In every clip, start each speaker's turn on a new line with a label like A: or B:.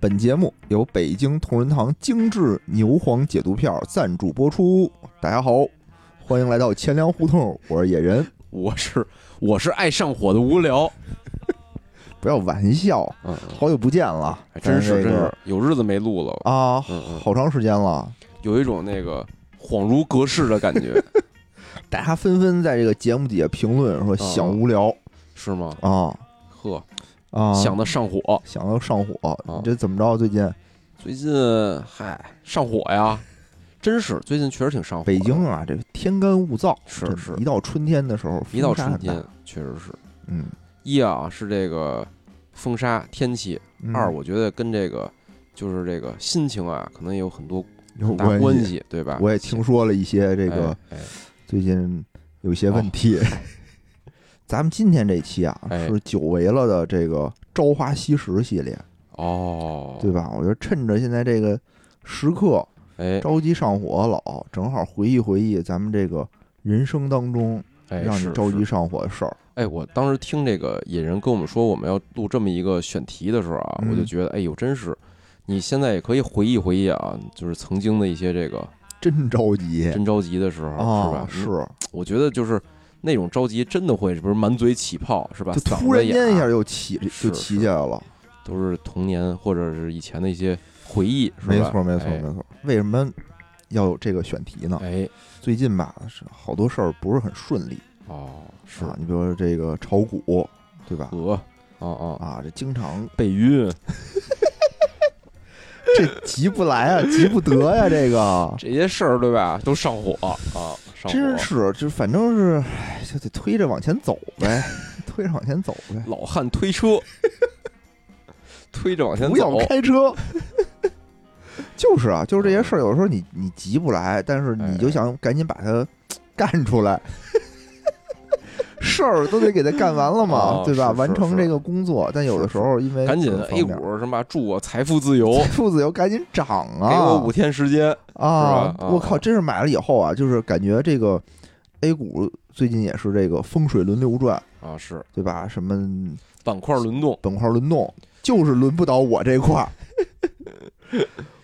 A: 本节目由北京同仁堂精致牛黄解毒片赞助播出。大家好，欢迎来到钱粮胡同，我是野人。
B: 我是我是爱上火的无聊，
A: 不要玩笑，
B: 嗯，
A: 好久不见了，
B: 还哎真是
A: 咱这
B: 真
A: 个
B: 是有日子没录了，
A: 啊，
B: 嗯嗯
A: 好长时间了。
B: 有一种那个恍如隔世的感觉，
A: 大家纷纷在这个节目底下评论
B: 嗯
A: 说想无聊
B: 是吗？
A: 啊
B: 呵，
A: 啊，
B: 想的上火，
A: 想到上火，
B: 啊
A: 你这怎么着？最近
B: 最近嗨上火呀，真是最近确实挺上火的。
A: 北京啊，这天干物燥，
B: 是
A: 真
B: 是
A: 一到春天的时候，
B: 一到
A: 风沙
B: 春
A: 很大
B: 天，确实是
A: 嗯
B: 一啊是这个风沙天气，
A: 嗯
B: 二我觉得跟这个就是这个心情啊，可能也有很多
A: 有
B: 很大
A: 关
B: 系，对吧？
A: 我也听说了一些这个
B: 哎，哎
A: 最近有些问题。 咱们今天这期啊，
B: 哦哎
A: 是久违了的这个朝花夕拾系列，
B: 哦，
A: 对吧？我觉得趁着现在这个时刻，
B: 哎
A: 着急上火老，正好回忆回忆咱们这个人生当中
B: 哎，
A: 让你
B: 是
A: 着
B: 是
A: 急上火的事儿。
B: 哎，我当时听这个野人跟我们说我们要录这么一个选题的时候啊，
A: 嗯
B: 我就觉得，哎呦，真是，你现在也可以回忆回忆啊，就是曾经的一些这个
A: 真着急
B: 真着急的时候，
A: 啊！
B: 是吧？
A: 是，
B: 嗯我觉得就是那种着急真的会，是不是满嘴起泡，是吧？
A: 就
B: 嗓
A: 突
B: 子
A: 然
B: 眼
A: 间一
B: 啊
A: 下就起就是起
B: 是
A: 起来了，
B: 都是童年或者是以前的一些回忆，是吧？
A: 没错没错
B: 哎
A: 没错。为什么要有这个选题呢？
B: 哎，
A: 最近吧，是好多事儿不是很顺利
B: 哦，是
A: 啊。你比如说这个炒股，对吧？
B: 鹅，哦哦，
A: 啊，这经常
B: 被晕，
A: 这急不来啊，急不得呀、这 个
B: 这些事儿对吧？都上火啊，上火，
A: 真是，就反正是，哎，就得推着往前走呗， 推着往前走呗，
B: 老汉 推车，推着往前
A: 不要
B: 走。
A: 开车。 就是啊，就是这
B: 嗯
A: 些事儿，有时候你你急不来，但是你
B: 哎
A: 就想赶紧把它 干出来，事儿都得给它干完了嘛
B: 哦，
A: 对吧？
B: 是是
A: 完成
B: 是
A: 这个工作，但有的时候因为
B: 赶紧
A: 各方
B: A
A: 面
B: 股什么祝我财富自由，
A: 财富自由赶紧涨啊！
B: 给我五天时间。
A: 啊
B: 是吧！啊
A: 我靠，真是买了以后啊，就是感觉这个 A 股最近也是这个风水轮流转，
B: 啊，是
A: 对吧？什么
B: 板块轮动，
A: 板块轮动，就是轮不到我这块儿。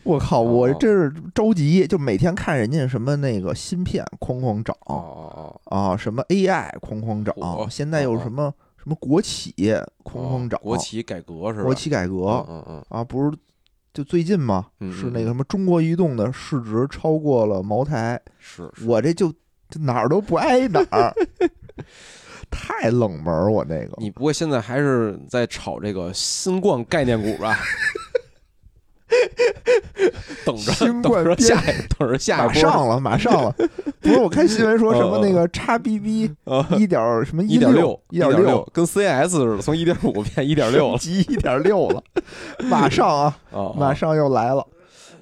A: 我靠，我
B: 哦
A: 真是着急，就每天看人家什么那个芯片哐哐涨
B: 哦哦哦，
A: 啊，什么 AI 哐哐
B: 火
A: 涨，现在有什么什么国企哐哐涨，
B: 哦国企改革是吧？
A: 国企改革
B: 嗯嗯嗯，
A: 啊，不是就最近吗？
B: 嗯
A: 是
B: 嗯
A: 那个
B: 嗯
A: 什么中国移动的市值超过了茅台。
B: 是是
A: 我这就就哪儿都不挨哪儿， 太冷门儿我这个。
B: 你不会现在还是在炒这个新冠概念股吧？ 等着
A: 新冠
B: 等着
A: 变
B: 下一等着下一
A: 马
B: 波
A: 上了，马上 了！不是，我看新闻说什么那个 XBB
B: 啊，
A: 一点儿什么
B: 嗯一点
A: 点
B: 六
A: 一点
B: 点
A: 六，，
B: 跟 CS 似的，从一点五变一点六了
A: 级一点六 了，马上啊，
B: 啊，
A: 马上又来了。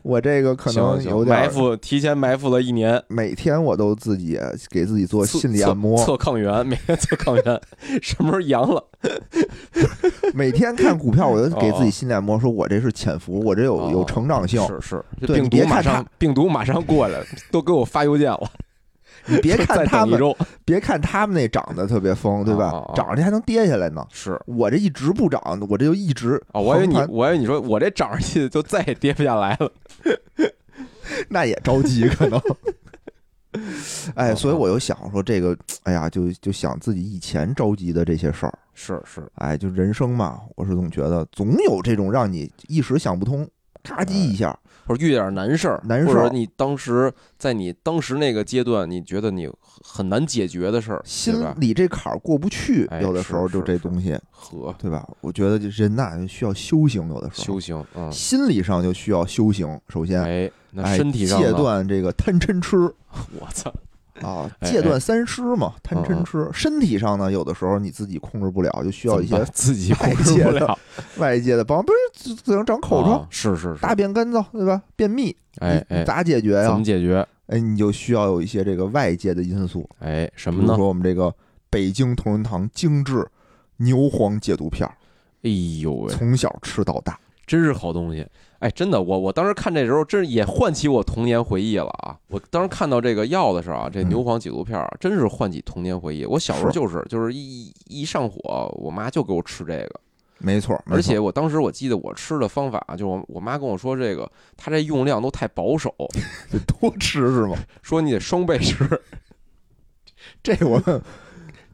A: 我这个可能有点
B: 埋
A: 儿，
B: 伏，提前埋伏了一年。
A: 每天我都自己给自己做
B: 测
A: 心理按摩
B: 测，测抗原，每天测抗原，什么时候阳了？
A: 每天看股票我都给自
B: 哦
A: 己心理按摩，说我这是潜伏，我这有有
B: 哦
A: 成长性。
B: 是是，这
A: 对
B: 病
A: 你
B: 毒
A: 别
B: 马
A: 看
B: 上病毒马上过来了，都给我发邮件了，
A: 你别
B: 再
A: 看他
B: 等一
A: 们，
B: 周。
A: 别看他们那长得特别疯，对
B: 哦
A: 吧
B: 哦？哦
A: 长着还能跌下来呢。
B: 是啊、
A: 我这一直不涨，我这就一直
B: 哦，我以为你
A: 横盘
B: 我以为你说我这涨上去就再也跌不下来 了。
A: 那也着急 可能。哎，
B: 哦
A: 所以我又想说这个，哎呀，就就想自己以前着急的这些事儿，
B: 是是，
A: 哎，就人生嘛，我是总觉得总有这种让你一时想不通，咔叽
B: 哎
A: 一下，
B: 或者遇点难事儿，
A: 难
B: 或
A: 事
B: 者
A: 儿
B: 你当时在你当时那个阶段，你觉得你很难解决的事儿，
A: 心
B: 对吧？
A: 里这坎儿过不去，
B: 哎
A: 有的
B: 是
A: 时候就是这
B: 是
A: 东西，
B: 和
A: 对吧？我觉得人呐需要修行，有的时候
B: 修行，嗯，
A: 心理上就需要修行，首先。
B: 哎，那
A: 哎，
B: 身体上
A: 戒
B: 呢？
A: 断这个贪嗔痴，
B: 我操，
A: 啊，
B: 哎
A: 戒
B: 哎
A: 断三失嘛，贪
B: 嗯
A: 嗔
B: 嗯
A: 痴。身体上呢，有的时候你自己控制不了，就需要一
B: 怎么
A: 些
B: 办自己控
A: 外
B: 制
A: 界
B: 不
A: 的
B: 了，
A: 外界的帮，不是只能长口疮、
B: 啊是是是，
A: 大便干燥，对吧？便秘，
B: 哎
A: 你
B: 哎
A: 你，咋解决呀、
B: 怎么解决？
A: 哎，你就需要有一些这个外界的因素，
B: 哎，什
A: 比
B: 么
A: 如
B: 呢？
A: 说我们这个北京同仁堂精致牛黄解毒片儿，
B: 哎呦喂，
A: 从小吃到大。
B: 真是好东西！哎，真的，我我当时看这时候，真是也唤起我童年回忆了啊！我当时看到这个药的时候啊，这
A: 嗯
B: 牛黄解毒片儿啊，真是唤起童年回忆。我小时候
A: 是
B: 就是就是一一上火，我妈就给我吃这个，
A: 没错，没错
B: 而且我当时我记得我吃的方法，啊就是我我妈跟我说，这个她这用量都太保守，
A: 得多吃 是吗？
B: 说你得双倍吃。
A: 这我们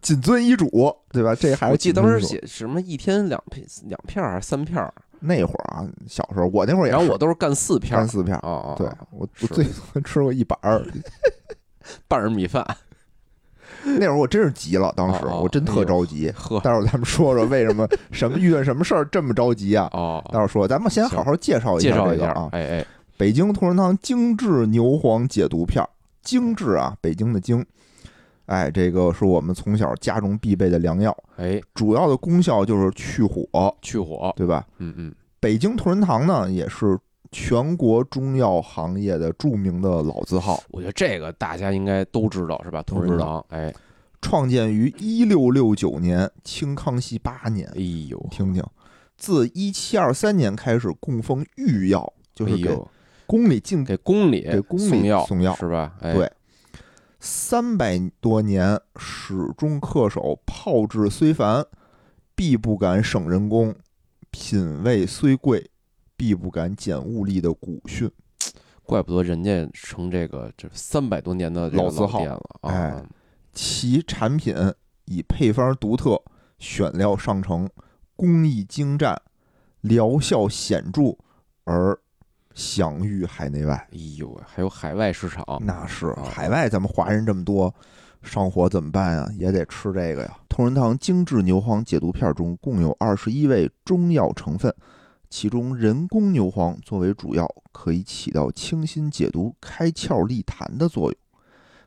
A: 谨遵医嘱，对吧？这 还是
B: 我记得当时
A: 谨遵医
B: 写什么一天两片两片儿还是三片儿，
A: 嘱那会儿啊，小时候我那会儿也
B: 然后
A: 是
B: 我都是干四片儿
A: 三。四片儿，
B: 哦哦，
A: 对
B: 哦
A: 我
B: 是
A: 我最多吃过一板儿，
B: 半人米饭，
A: 那会儿我真是急了，当时
B: 哦哦
A: 我真
B: 哎
A: 特
B: 呦
A: 着急。
B: 呵
A: 待会儿咱们说说为什 么什么遇见什么事儿这么着急啊？
B: 哦，
A: 待会儿说，咱们先好好介绍一
B: 介
A: 下
B: 绍
A: 这
B: 一
A: 个
B: 下
A: 啊，，
B: 哎哎，
A: 北京同仁堂精致牛黄解毒片儿，精致啊，北京的精。哎，这个是我们从小家中必备的良药，
B: 哎，
A: 主要的功效就是去火，
B: 去火，
A: 对吧？
B: 嗯嗯，
A: 北京同仁堂呢，也是全国中药行业的著名的老字号，
B: 我觉得这个大家应该都知道是吧？
A: 都
B: 同
A: 知
B: 仁
A: 道
B: 堂，哎，
A: 创建于一六六九年，清康熙八年。
B: 哎呦，
A: 听听，自一七二三年开始供奉御药，就是
B: 哎
A: 给
B: 呦，
A: 宫里进
B: 给宫里
A: 给宫里
B: 送药
A: 送药
B: 是吧？哎，
A: 对，三百多年始终恪守炮制虽繁，必不敢省人工；品味虽贵，必不敢减物力的古训。
B: 怪不得人家成这个这三百多年的这个
A: 老字号
B: 店了啊！
A: 哎其产品以配方独特、选料上乘、工艺精湛、疗效显著而享誉海内外。
B: 哎呦喂，还有海外市场，
A: 那是
B: 啊
A: 海外咱们华人这么多，上火怎么办呀？也得吃这个呀。同仁堂精致牛黄解毒片中共有二十一味中药成分，其中人工牛黄作为主药，可以起到清心解毒、开窍利痰的作用。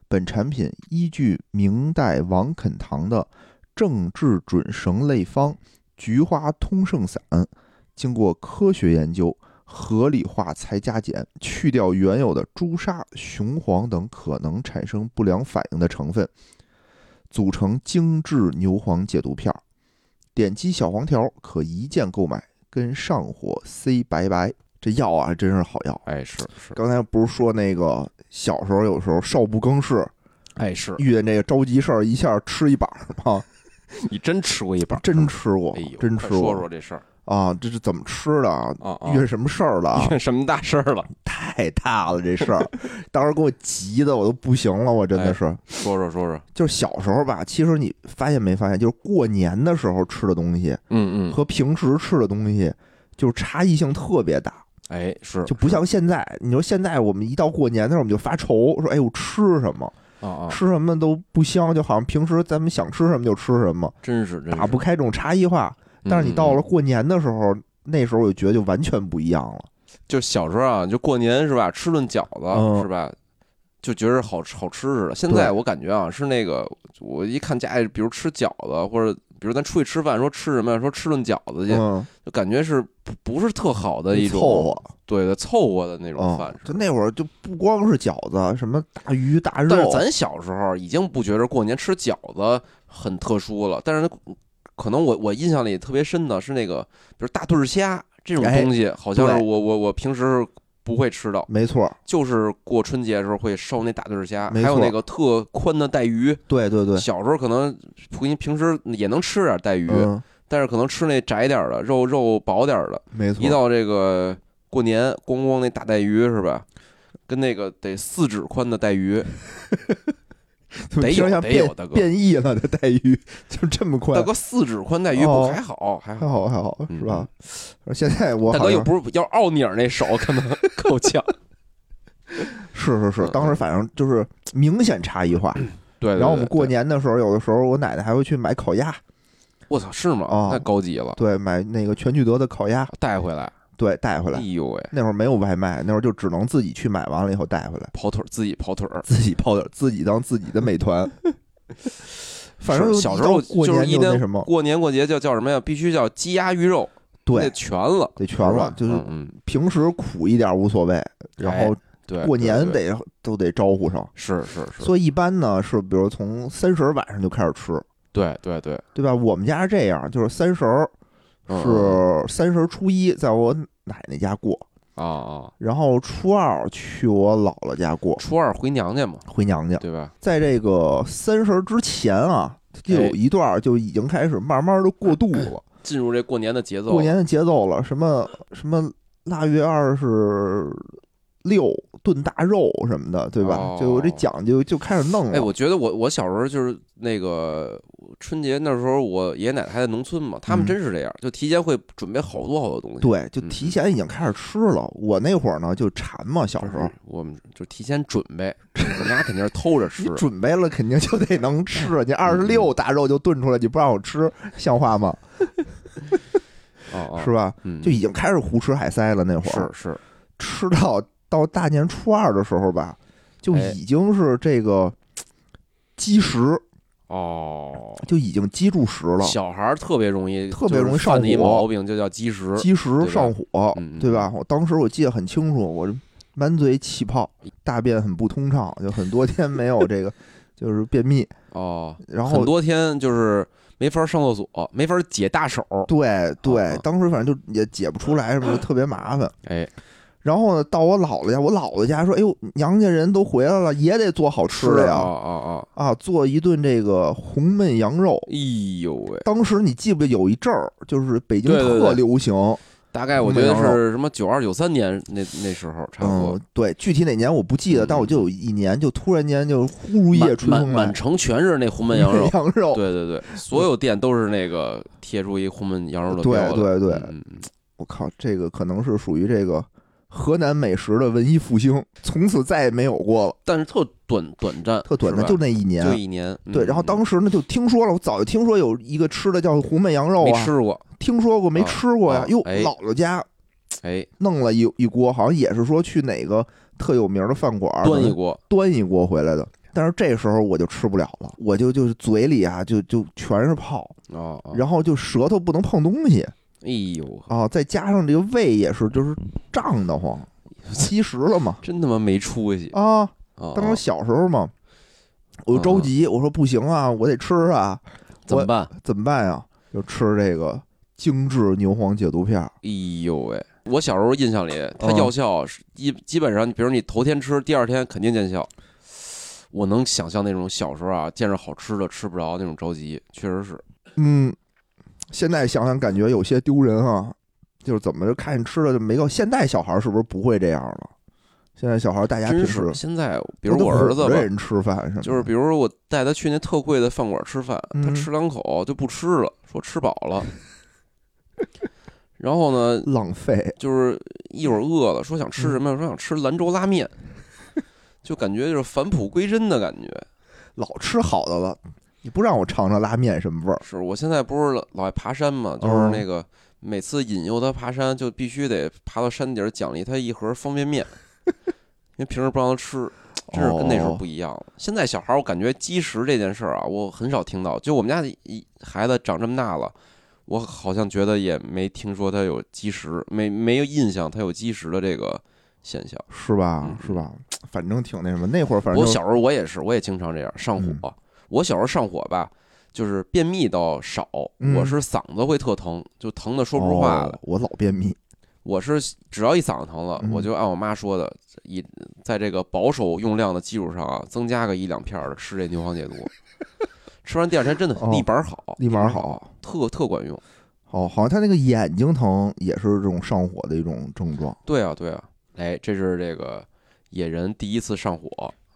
A: 本产品依据明代王肯堂的《正治准绳类方》《菊花通圣散》，经过科学研究，合理化裁加减，去掉原有的朱砂、雄黄等可能产生不良反应的成分，组成精致牛黄解毒片儿。点击小黄条可一键购买，跟上火 say 拜拜。这药啊，真是好药。
B: 哎是是，
A: 刚才不是说那个小时候有时候少不更事，
B: 哎是，
A: 遇见这个着急事儿一下吃一板儿吗？
B: 你真吃过一板儿？
A: 真吃过
B: 哎呦，，
A: 真
B: 快
A: 吃
B: 说
A: 过
B: 说这事儿
A: 啊！这是怎么吃的啊？
B: 啊啊
A: 遇！见什么事儿了啊？
B: 遇什么大事儿了？
A: 太大了这事 儿，当时给我急的我都不行了，我真
B: 哎
A: 的是。
B: 说说说说，
A: 就是小时候吧，其实你发现没发现，就是过年的时候吃的东西
B: 嗯嗯，
A: 和平时吃的东西。就是差异性特别大，
B: 哎是，
A: 就不像现在。你说现在我们一到过年的时候，我们就发愁，说哎呦吃什么，
B: 啊啊，
A: 吃什么都不香，就好像平时咱们想吃什么就吃什么，
B: 真是真是
A: 打不开这种差异化。但
B: 嗯
A: 是你到了，过年的时候，那时候我就觉得就完全不一样了。
B: 嗯嗯就小时候啊，就过年是吧，吃顿饺
A: 嗯
B: 子是吧，就觉着好好吃似的。现在我感觉啊，是那个我一看家里，比如吃饺子或者。比如咱出去吃饭，说吃什么呀？说吃顿饺子去，
A: 嗯，
B: 就感觉是不不是特好的一种
A: 凑合，
B: 对的凑合的那种饭
A: 嗯。
B: 吃
A: 就。那会儿就不光是饺子，什么大鱼大肉，
B: 但是咱小时候已经不觉着过年吃饺子很特殊了，但是可能我我印象里特别深的是那个，比如大对虾这种
A: 哎
B: 东西，好像
A: 对
B: 是我我我平时不会吃到，
A: 没错，
B: 就是过春节的时候会烧那大对虾，
A: 没
B: 还有
A: 错
B: 那个特宽的带鱼。
A: 对对对，
B: 小时候可能平平时也能吃点带鱼，
A: 嗯，
B: 但是可能吃那窄点儿的肉肉薄点儿的，
A: 没错，
B: 一到这个过年，咣咣那大带鱼是吧？跟那个得四指宽的带 鱼，
A: 怎么
B: 得
A: 听着
B: 有
A: 像
B: 得
A: 变
B: 有大哥
A: 变异了的带鱼，就这么
B: 大
A: 宽，
B: 哥四指宽带鱼不
A: 哦
B: 还好还
A: 还
B: 好，
A: 好还好
B: 嗯
A: 是吧？而现在我
B: 大
A: 好
B: 哥又
A: 像
B: 不是要奥尼尔那手，可能够呛。
A: 是是是，
B: 嗯
A: 当时反正就是明显差异化。
B: 对，对
A: 然后我们
B: 对
A: 过
B: 对
A: 年的时候，有的时候我奶奶还会去买烤鸭，
B: 我操，是吗
A: 啊？
B: 太高级了，
A: 对，买那个全聚德的烤鸭，
B: 带回来，
A: 对，带回
B: 哎
A: 来。
B: 呦喂，
A: 那会儿没有外卖，那会儿就只能自己去买，完了以后带回来，
B: 跑腿儿自己跑腿儿。
A: 自己泡点，自己当自己的美 团。反正
B: 是小时候
A: 一到过
B: 就是
A: 年
B: 一
A: 就那
B: 天
A: 什么，
B: 过年过节叫叫什么呀？必须叫鸡鸭鱼肉，那
A: 对，
B: 全了，
A: 得全了
B: 吧，
A: 就是
B: 嗯嗯，
A: 平时苦一点无所谓，然后
B: 对，
A: 过
B: 对
A: 年
B: 对
A: 得都得招呼上。
B: 是是是，
A: 所以一般呢是，比如从三十儿晚上就开始吃，
B: 对对对，
A: 对吧？我们家是这样，就是三十儿
B: 嗯
A: 是三十儿初一在我奶奶家过，
B: 啊啊，
A: 然后初二去我姥姥家过，
B: 初二回娘家嘛，
A: 回娘家。
B: 对吧？
A: 在这
B: 哎
A: 个三十儿之前啊，就有一段就已经开始慢慢的过渡了，
B: 进入这过年的节奏。
A: 过年的节奏了，什么什么腊月二十六炖大肉什么的，对吧？
B: 哦
A: 就我这讲究就开始弄了。
B: 哎，我觉得我我小时候就是那个春节那时候，我爷爷奶奶还在农村嘛，他们
A: 嗯
B: 真是这样，就提前会准备好多好多东西。
A: 对，就
B: 嗯
A: 提前已经开始吃了。我那会儿呢就馋嘛，小时候
B: 就是我们就提前准备，我们家肯定是偷着吃
A: 你。准备了肯定就得能 吃。你二十六大肉就炖出来，你不让我吃，像话吗？
B: 哦哦，
A: 是吧？
B: 嗯，
A: 就已经开始胡吃海塞了。那会
B: 是
A: 儿
B: 是，
A: 吃到到大年初二的时候吧，就
B: 哎
A: 已经是这个积食，
B: 哦，
A: 就已经积住食了。
B: 小孩儿特别容易，
A: 特别容易
B: 就是犯的一
A: 上火
B: 毛病就叫积食。
A: 积食
B: 吧
A: 上火
B: 嗯嗯，
A: 对吧？我当时我记得很清楚，我这满嘴起泡，大便很不通畅，就很多天没有这个就是便秘，
B: 哦，
A: 然
B: 很
A: 后。
B: 多天就是没法上厕所，没法解大手。
A: 对
B: 啊
A: 对
B: 啊，
A: 当时反正就也解不出来什么，的，特别麻烦。
B: 哎，
A: 然后呢，到我姥姥家，我姥姥家说：“哎呦，娘家人都回来了，也得做好吃的呀！
B: 啊啊啊！
A: 啊，做一顿这个红焖羊肉。
B: 哎呦喂，”
A: 当时你记不记得有一阵儿，就是北京
B: 对对
A: 特
B: 对
A: 流行，
B: 大概
A: 嗯
B: 我觉得是什么九二九三年那那时候差不多
A: 嗯，，对，具体哪年我不记得，
B: 嗯
A: 但我就有一年就突然间就忽嗯如一夜春
B: 满
A: 风
B: 满
A: 来。
B: 满，城全是那红焖羊肉
A: 羊肉，
B: 对对对，所有店都是那个贴出一红焖羊肉的
A: 对
B: 标
A: 对
B: 的。
A: 对
B: 嗯，嗯
A: 我靠，这个可能是属于这个河南美食的文艺复兴，从此再也没有过了，
B: 但是特短短暂，
A: 特短
B: 是
A: 的，
B: 吧
A: 就那一年。
B: 就一年。嗯
A: 对，然后当时呢就听说了，我早就听说有一个吃的叫红焖羊肉
B: 没
A: 啊，
B: 吃过，
A: 听说过没
B: 啊
A: 吃过呀
B: 啊？
A: 哟，
B: 哎
A: 姥姥家
B: 哎，
A: 弄了一一锅，好像也是说去哪个特有名的饭馆儿
B: 端一锅，
A: 端一锅回来的。但是这时候我就吃不了了，我就就是嘴里啊就就全是泡，
B: 哦，哦
A: 然后就舌头不能碰东西
B: 哎呦，
A: 啊，再加上这个胃也是就是
B: 嗯
A: 胀得慌，七十了嘛
B: 真他妈没出息！
A: 啊！
B: 啊
A: 当时
B: 啊
A: 小时候嘛，我就
B: 嗯
A: 着急，我说不行啊，我得吃啊，
B: 怎么办？
A: 怎么办呀？就吃这个精致牛黄解毒片儿，
B: 哎呦喂！我小时候印象里，它
A: 嗯
B: 药效是基基本上，比如你头天吃，第二天肯定见效。我能想象那种小时候啊，见着好吃的吃不着那种着急，确实是。
A: 嗯，现在想想感觉有些丢人啊，就是怎么就看见吃的就没够？现在小孩儿是不是不会这样了？现在小孩儿大家平
B: 真
A: 时
B: 是现在，
A: 比
B: 比如我儿子吧，
A: 人吃饭什么的，
B: 就是比如我带他去那特贵的饭馆吃饭，
A: 嗯
B: 他吃两口就不吃了，说吃饱 了。然后呢，
A: 浪费。
B: 就是一会儿饿了，说想吃什么，说想吃兰州拉面，就感觉就是返璞归真的感觉。
A: 老吃好的了，你不让我尝尝拉面什么味儿？
B: 是我现在不是老老爱爬山嘛，就是那个每次引诱他爬山，就必须得爬到山顶儿奖励他一盒方便面，因为平时不让他吃，真是跟那时候不一样了。现在小孩儿，我感觉积食这件事儿啊，我很少听到。就我们家一孩子长这么大了，我好像觉得也没听说他有积食，没没有印象他有积食的这个现象。
A: 是吧
B: 嗯？
A: 是吧？反正挺那什么，那会儿反正
B: 我
A: 就嗯
B: 小时候我也是，我也经常这样上火。我小时候上火吧，就是便秘倒少，
A: 嗯
B: 我是嗓子会特疼，就疼的说不出话来。
A: 哦我老便秘，
B: 我是只要一嗓子疼了，
A: 嗯
B: 我就按我妈说的，以在这个保守用量的基础上啊，增加个一两片儿的吃这牛黄解毒。 吃完第二天真的
A: 哦
B: 立马好，
A: 立马好，
B: 特特管用。
A: 哦，好像他那个眼睛疼也是这种上火的一种症状。
B: 对啊，对啊，哎，这是这个野人第一次上火，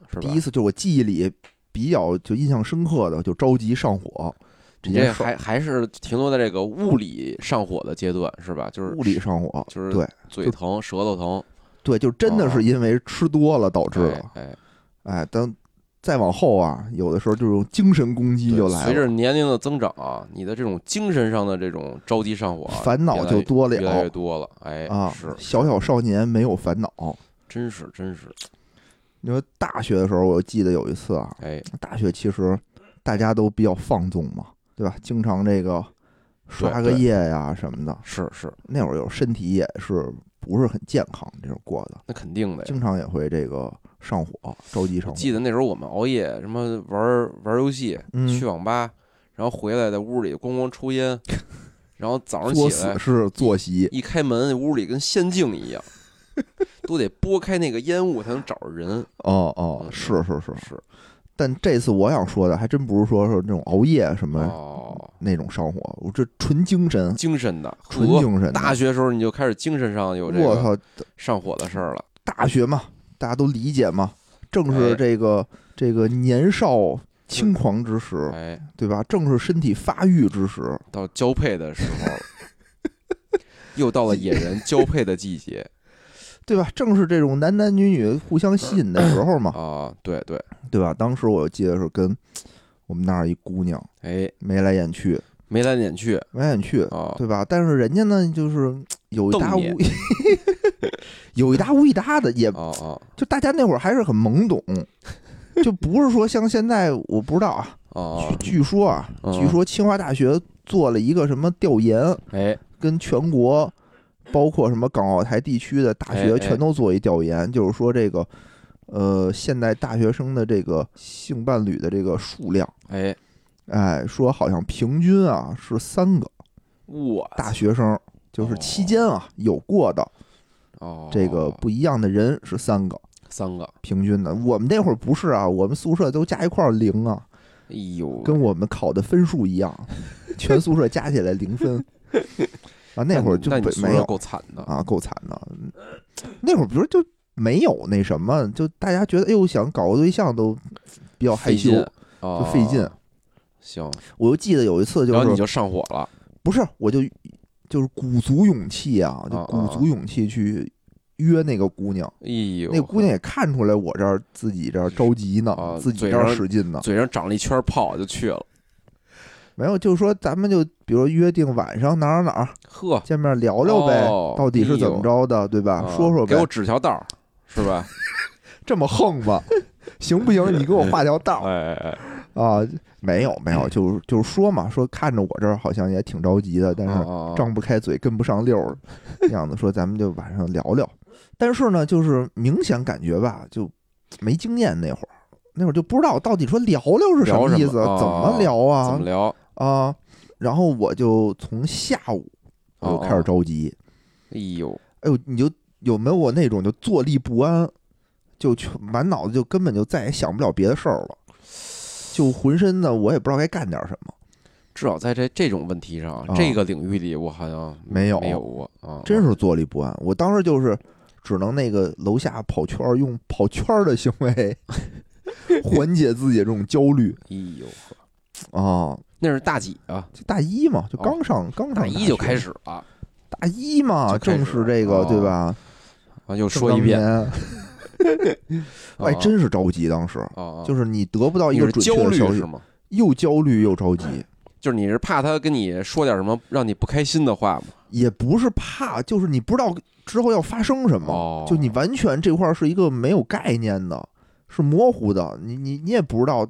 B: 是吧？
A: 第一次就我记忆里比较就印象深刻的，就着急上火这
B: 你
A: 件
B: 这
A: 事儿，
B: 还还是停留在这个物理上火的阶段，是吧？就是
A: 物理上火，
B: 就是
A: 对
B: 嘴
A: 就
B: 疼、舌头疼
A: 对，就真的是因为吃多了导致的。
B: 哎，哎
A: 哎，但再往后啊，有的时候这种精神攻击
B: 对
A: 就来
B: 随
A: 了，
B: 着年龄的增长啊，你的这种精神上的这种着急上火啊，
A: 烦恼
B: 越来
A: 就多
B: 越来越
A: 了
B: 多了。哎，
A: 啊
B: 是，，
A: 小小少年没有烦恼。
B: 真是真是，
A: 你说大学的时候，我记得有一次啊，
B: 哎，
A: 大学其实大家都比较放纵嘛，对吧？经常这个刷个
B: 对
A: 夜呀、什么的，
B: 是是，
A: 那会儿有身体也是不是很健康，这种过的，
B: 那肯定的呀。
A: 经常也会这个上火，着急上火。
B: 记得那时候我们熬夜，什么玩玩游戏，去
A: 嗯，
B: 网吧，然后回来在屋里咣咣抽烟，然后早上
A: 作
B: 起来
A: 死是坐席，
B: 一开门，屋里跟仙境一样， 都得拨开那个烟雾才能找着人。
A: 哦哦，
B: 嗯
A: 是是是。
B: 是，
A: 但这次我想说的还真不是说说那种熬夜什么
B: 哦，
A: 那种上火，我这纯精神，
B: 精神的，
A: 纯
B: 和
A: 精神的。
B: 大学时候你就开始精神上有这
A: 我
B: 个
A: 操，
B: 上火的事儿了，
A: 大学嘛，大家都理解嘛，正
B: 哎
A: 是这个这个年少轻狂之时，
B: 哎，
A: 对吧？正是身体发育之时，
B: 到交配的时候了，又到了野人交配的 季节
A: 对吧？正是这种男男女女互相吸引的时候嘛，
B: 啊！对对，
A: 对吧？当时我记得是跟我们那儿一姑娘
B: 哎，
A: 眉来眼去，
B: 眉来眼去
A: 眉来眼去，
B: 啊，
A: 对吧？但是人家呢，就是有一搭
B: 瞪
A: 无， 有一搭无一搭的，也
B: 啊啊
A: 就大家那会儿还是很懵懂，就不是说像现在，我不知道啊。
B: 啊！
A: 据据说啊，
B: 嗯
A: 据说清华大学做了一个什么调研，
B: 哎，
A: 跟全国包括什么港澳台地区的大
B: 哎哎
A: 学全都做一调研，就是说这个呃，现代大学生的这个性伴侣的这个数量，
B: 哎，
A: 哎，说好像平均啊是三个
B: 我
A: 大学生，就是期间啊有过的
B: 哦，
A: 这个不一样的人是三个。
B: 三个，
A: 平均的，我们那会儿不是啊，我们宿舍都加一块儿零啊，
B: 哎呦，
A: 跟我们考的分数一样，全宿舍加起来零分啊。那会儿就
B: 那
A: 没
B: 你宿
A: 没
B: 舍
A: 有
B: 够惨的，
A: 啊，够惨的。嗯那会儿不是就没有那什么，就大家觉得哎呦想搞个对象都比较害
B: 费
A: 羞
B: 劲，就
A: 费劲
B: 行，
A: 我就记得有一次就
B: 然后你
A: 是
B: 就上火了，
A: 不是我就就是鼓足勇气啊，就
B: 啊
A: 鼓足勇气去约那个姑娘。
B: 哎呦，
A: 那姑娘也看出来我这儿自己这儿着急呢，
B: 啊
A: 自己
B: 嘴
A: 这儿
B: 上
A: 使劲呢。
B: 嘴上长了一圈泡就去了，
A: 没有，就是说咱们就比如约定晚上哪儿哪儿
B: 呵，
A: 见面聊聊呗，
B: 哦
A: 到底是怎么着的，对吧？
B: 啊
A: 说说
B: 给
A: 呗
B: 我，指条道儿是 吧？
A: 嗯这么横 吧，行不行？你给我画条道儿
B: 哎哎哎，
A: 啊？没有没有，就是就是说嘛，说看着我这儿好像也挺着急的，但是
B: 啊
A: 张不开嘴，跟不上溜 儿这样子，说咱们就晚上聊聊。但是呢，就是明显感觉吧，就没经验那会儿，那会儿就不知道到底说聊聊是
B: 聊什么
A: 意思，
B: 啊
A: 怎么聊啊？
B: 怎么聊？
A: 啊，然后我就从下午我就开始着急，
B: 哎呦，
A: 哎呦，你就有没有我那种就坐立不安，就全满脑子就根本就再也想不了别的事儿了，就浑身呢我也不知道该干点什么，
B: 至少在这这种问题上，
A: 啊
B: 这个领域里，我好像
A: 没有
B: 没有过啊，
A: 真是坐立不安。我当时就是只能那个楼下跑圈儿，用跑圈儿的行 为缓解自己的这种焦虑
B: 哎呦，
A: 啊。
B: 那是大几啊？
A: 就大一嘛，就
B: 哦
A: 刚上、刚上
B: 大一
A: 学
B: 就开，始了啊
A: 大一嘛，
B: 就开
A: 正
B: 始
A: 是这个、
B: 哦
A: 对吧？
B: 啊，
A: 正
B: 又说一
A: 当
B: 遍，
A: 年。
B: 啊
A: 哎，真是着急，当时
B: 啊，啊
A: 就是你得不到一
B: 你
A: 个
B: 是
A: 准
B: 焦
A: 确的
B: 虑
A: 消息
B: 是，吗？
A: 又焦虑又着急，
B: 就是你是怕他跟你说点什么让你不开心的话吗？
A: 也不是怕，就是你不知道之后要发生什么，
B: 哦，
A: 就你完全这块儿是一个没有概念的，是模糊的，你你你也不知道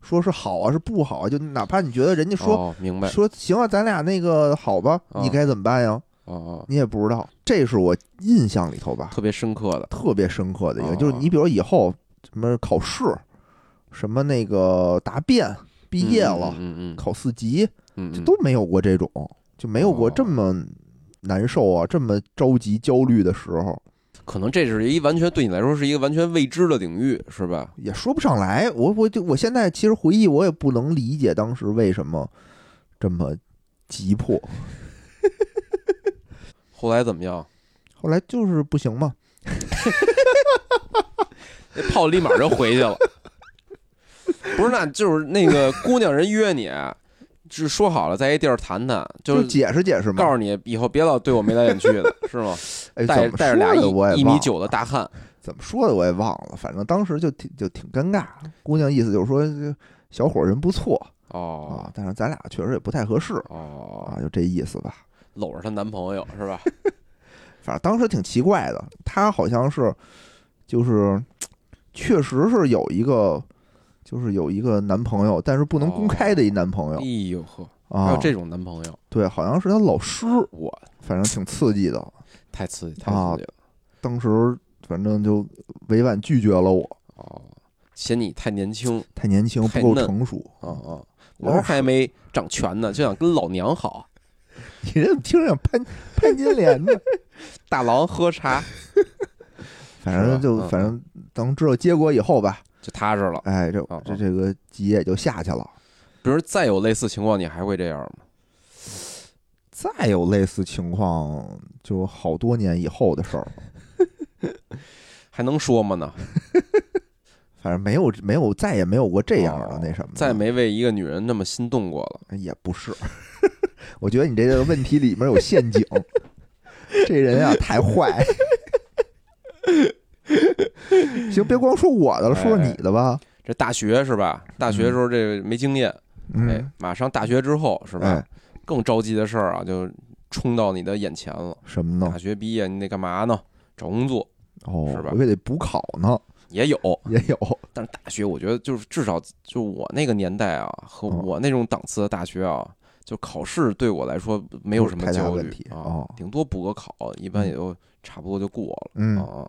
A: 说是好啊是不好啊，就哪怕你觉得人家说。
B: 哦明白
A: 说行啊，咱俩那个好吧，
B: 啊
A: 你该怎么办呀？
B: 哦，哦
A: 你也不知道，这是我印象里头吧，
B: 特别深刻的
A: 特别深刻的一个，
B: 哦
A: 就是你比如以后什么考试，什么那个答辩，毕业了，
B: 嗯嗯
A: 考四级，
B: 嗯嗯嗯，
A: 就
B: 嗯
A: 都没有过这种，就没有过
B: 哦
A: 这么难受啊，这么着急焦虑的时候，
B: 可能这是一完全对你来说是一个完全未知的领域，是吧？
A: 也说不上来。我我就我现在其实回忆，我也不能理解当时为什么这么急迫。
B: 后来怎么样？
A: 后来就是不行嘛，
B: 那炮立马就回去了。 不是，那就是那个姑娘人约你，就是说好了在一地儿谈谈，
A: 就
B: 就是
A: 解释解释
B: 告
A: 嘛。
B: 诉你以后别老对我眉来眼去的，是吗？
A: 哎，
B: 带
A: 怎
B: 着
A: 么
B: 带着
A: 说
B: 俩
A: 的我也
B: 一一
A: 忘
B: 米
A: 了啊
B: 九的大汉，
A: 怎么说的我也忘了，反正当时就挺就挺尴尬。姑娘意思就是说，这小伙儿人不错
B: 哦
A: 啊，但是咱俩确实也不太合适
B: 哦，
A: 啊，就这意思吧。
B: 搂着她男朋友是吧？
A: 反正当时挺奇怪的，他好像是就是确实是有一个就是有一个男朋友，但是不能公开的一男朋
B: 哎
A: 友、
B: 呦呵，还
A: 啊
B: 有。这种男朋友，
A: 对，好像是他老师，
B: 我
A: 反正挺刺激的。
B: 太刺激，太
A: 啊
B: 刺激了。
A: 当时反正就委婉拒绝了我，
B: 哦，嫌你太年轻，
A: 太年轻不
B: 太
A: 够
B: 嫩
A: 成熟
B: 啊啊，
A: 我
B: 毛
A: 说
B: 还没长全呢，就想跟老娘好。
A: 你这怎么听着像 潘潘金莲呢？
B: 大郎喝茶，
A: 反正
B: 是吧
A: 就
B: 嗯
A: 反正等知道结果以后吧，
B: 就就踏实了。
A: 哎，这
B: 哦
A: 这这个级也就下去了。
B: 比如再有类似情况，你还会这样吗？
A: 再有类似情况，就好多年以后的事儿了，
B: 还能说吗
A: 嗯
B: 呢？
A: 反正没有没有再也没有过这样的、
B: 哦
A: 那什么的，
B: 再没为一个女人那么心动过了。
A: 也不是。 我觉得你这个问题里面有陷阱， 这人啊太坏。行，别光说我的了，说说
B: 哎
A: 你的吧。
B: 这大学是吧？大学时候这没经验，哎
A: 嗯，，
B: 马上大学之后是吧
A: 哎？
B: 更着急的事儿啊，就冲到你的眼前了。
A: 什么呢
B: 大？学毕业你得干嘛呢？找工作
A: 哦，
B: 哎是吧哦
A: 我也得补考呢，
B: 也有，
A: 也有。
B: 但是大学我觉得就是至少就我那个年代啊，和
A: 嗯
B: 我那种档次的大学啊，就考试对我来说没有什么
A: 不是太大
B: 焦
A: 问
B: 虑
A: 题
B: 啊
A: 哦，
B: 顶多补个考，一般也就差不多就过了
A: 嗯，
B: 啊。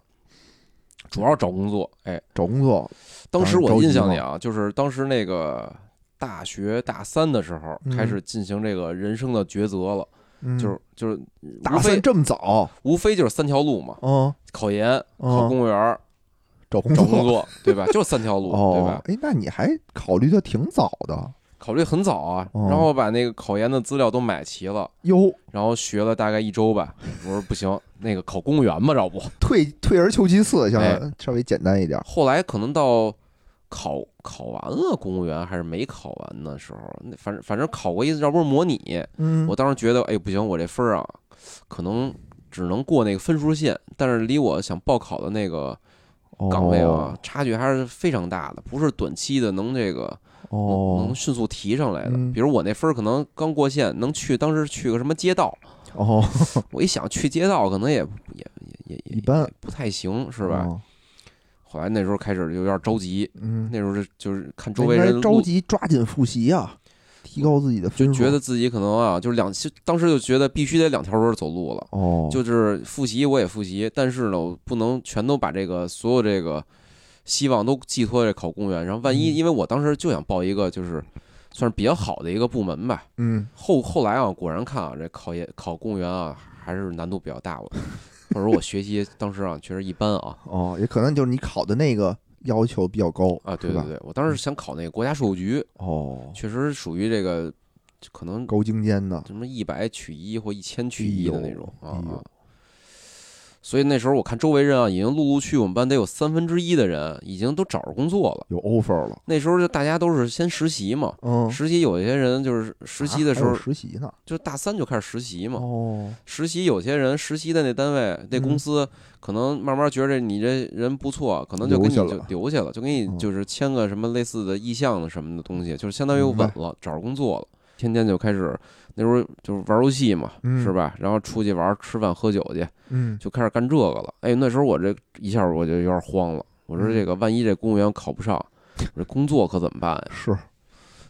B: 主要找工作，哎，
A: 找工作，
B: 当时
A: 当
B: 我
A: 然着急
B: 印象里啊，就是当时那个大学大三的时候
A: 嗯
B: 开始进行这个人生的抉择了，
A: 嗯
B: 就是就是无
A: 打算
B: 非
A: 这么早，
B: 无非就是三条路嘛，
A: 嗯
B: 考研、考
A: 嗯，
B: 公务员、
A: 找工
B: 找工作，对吧？就三条路，对
A: 哦？，
B: 吧
A: 哎，那你还考虑的挺早的
B: 考虑很早啊，
A: 哦
B: 然后把那个考研的资料都买齐了，
A: 哟。
B: 然后学了大概一周吧。我说不行，那个考公务员吧，要不？
A: 退退而求其次，想
B: 哎
A: 稍微简单一点儿。
B: 后来可能到考考完了公务员还是没考完的时候，那反正反正考过一次，要不是模拟，
A: 嗯
B: 我当时觉得哎不行，我这分儿啊，可能只能过那个分数线，但是离我想报考的那个岗位
A: 哦
B: 啊，差距还是非常大的，不是短期的能这个能
A: 哦
B: 能迅速提上来的。
A: 嗯
B: 比如我那分儿可能刚过线，能去当时去个什么街道，
A: 哦哦，
B: 我一想去街道可能也也也也
A: 一般
B: 也不太行，是吧？
A: 哦？
B: 后来那时候开始有点着急，
A: 嗯，
B: 那时候就就是看周
A: 应
B: 围
A: 该
B: 人录
A: 着，急抓紧复习啊，提高自己的分
B: 就
A: 数。
B: 觉得自己可能啊，就是两就当时就觉得必须得两条轮走路了。
A: 哦，
B: 就是复习我也复习，但是呢，我不能全都把这个所有这个希望都寄托在考公务员上。万一
A: 嗯
B: 因为我当时就想报一个就是算是比较好的一个部门吧，
A: 嗯，
B: 后后来啊，果然看啊，这考研考公务员啊，还是难度比较大。我或者说我学习当时啊，确实一般啊
A: 哦，也可能就是你考的那个要求比较高
B: 啊，对
A: 是
B: 对
A: 吧？
B: 对，我当时想考那个国家税务局，
A: 哦，
B: 确实属于这个可能
A: 高精尖的，
B: 什么一百取一或一千取一的那种
A: 哎
B: 啊
A: 呦哎呦
B: 啊。所以那时候我看周围人啊，已经陆陆续我们班得有三分之一的人已经都找着工作了。
A: 有 offer 了。
B: 那时候就大家都是先实习嘛，
A: 嗯，
B: 实习有些人就是实习的时
A: 啊还
B: 候
A: 有实习呢。
B: 就大三就开始实习嘛，
A: 哦，嗯
B: 实习有些人实习的那单位那公司，可能慢慢觉着你这人不错，可能就给你
A: 留
B: 就
A: 下了
B: 留下了，就给
A: 嗯
B: 你就是签个什么类似的意向的什么的东西，就是相当于
A: 明白
B: 稳了，找着工作了，天天就开始那时候就是玩游戏嘛，
A: 嗯
B: 是吧？然后出去玩、吃饭、喝酒去，
A: 嗯，
B: 就开始干这个了。哎，那时候我这一下我就有点慌了，我说
A: 嗯
B: 这个万一这公务员考不上，我这工作可怎么办呀？
A: 是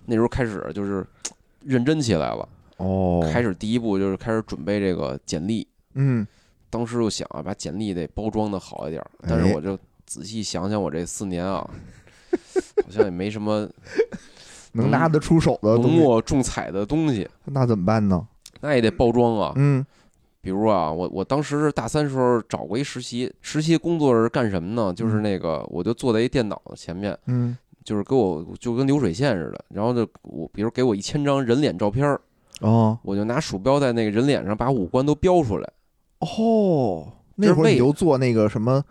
B: 那时候开始就是嘖认真起来了，
A: 哦，
B: 开始第一步就是开始准备这个简历。
A: 嗯，
B: 当时就想啊，把简历得包装的好一点儿，
A: 哎
B: 但是我就仔细想想，我这四 年啊，好像也没什么
A: 能拿得出手的
B: 浓
A: 东西，
B: 墨重彩的东西，
A: 那怎么办呢？
B: 那也得包装啊。
A: 嗯，
B: 比如啊，我我当时是大三时候找过一实习，实习工作是干什么呢？就是那个，我就坐在一电脑前面，
A: 嗯，
B: 就是给我就跟流水线似的，然后就我比如给我一千张人脸照片儿，
A: 哦，
B: 我就拿鼠标在那个人脸上把五官都标出来。
A: 哦，那
B: 就是
A: 会儿你
B: 为
A: 就做那个什么，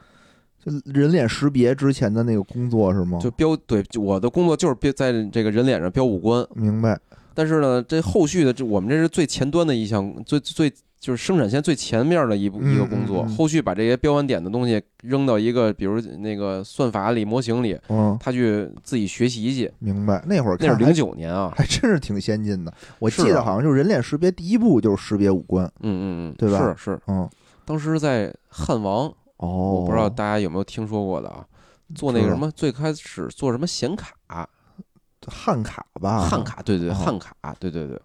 A: 就人脸识别之前的那个工作是吗？
B: 就标对，就我的工作就是标在这个人脸上标五官，
A: 明白，
B: 但是呢，这后续的这我们这是最前端的一项，最最就是生产线最前面的一步
A: 嗯
B: 一个工作。
A: 嗯嗯
B: 后续把这些标完点的东西扔到一个，比如那个算法里、模型里，
A: 嗯，
B: 他去自己学习去。
A: 明白。那会儿
B: 那是
A: 看
B: 零
A: 还
B: 九年啊，
A: 还真是挺先进的，我
B: 是
A: 记得
B: 啊
A: 好像就是人脸识别第一步就是识别五官，
B: 嗯嗯嗯，
A: 对吧
B: 是是，
A: 嗯，
B: 当时在汉王，
A: 哦，
B: 我不知道大家有没有听说过的啊，做那个什么，最开始做什么显卡，
A: 啊汉卡吧，
B: 汉，卡，对对，对
A: 啊
B: 汉卡，对对对。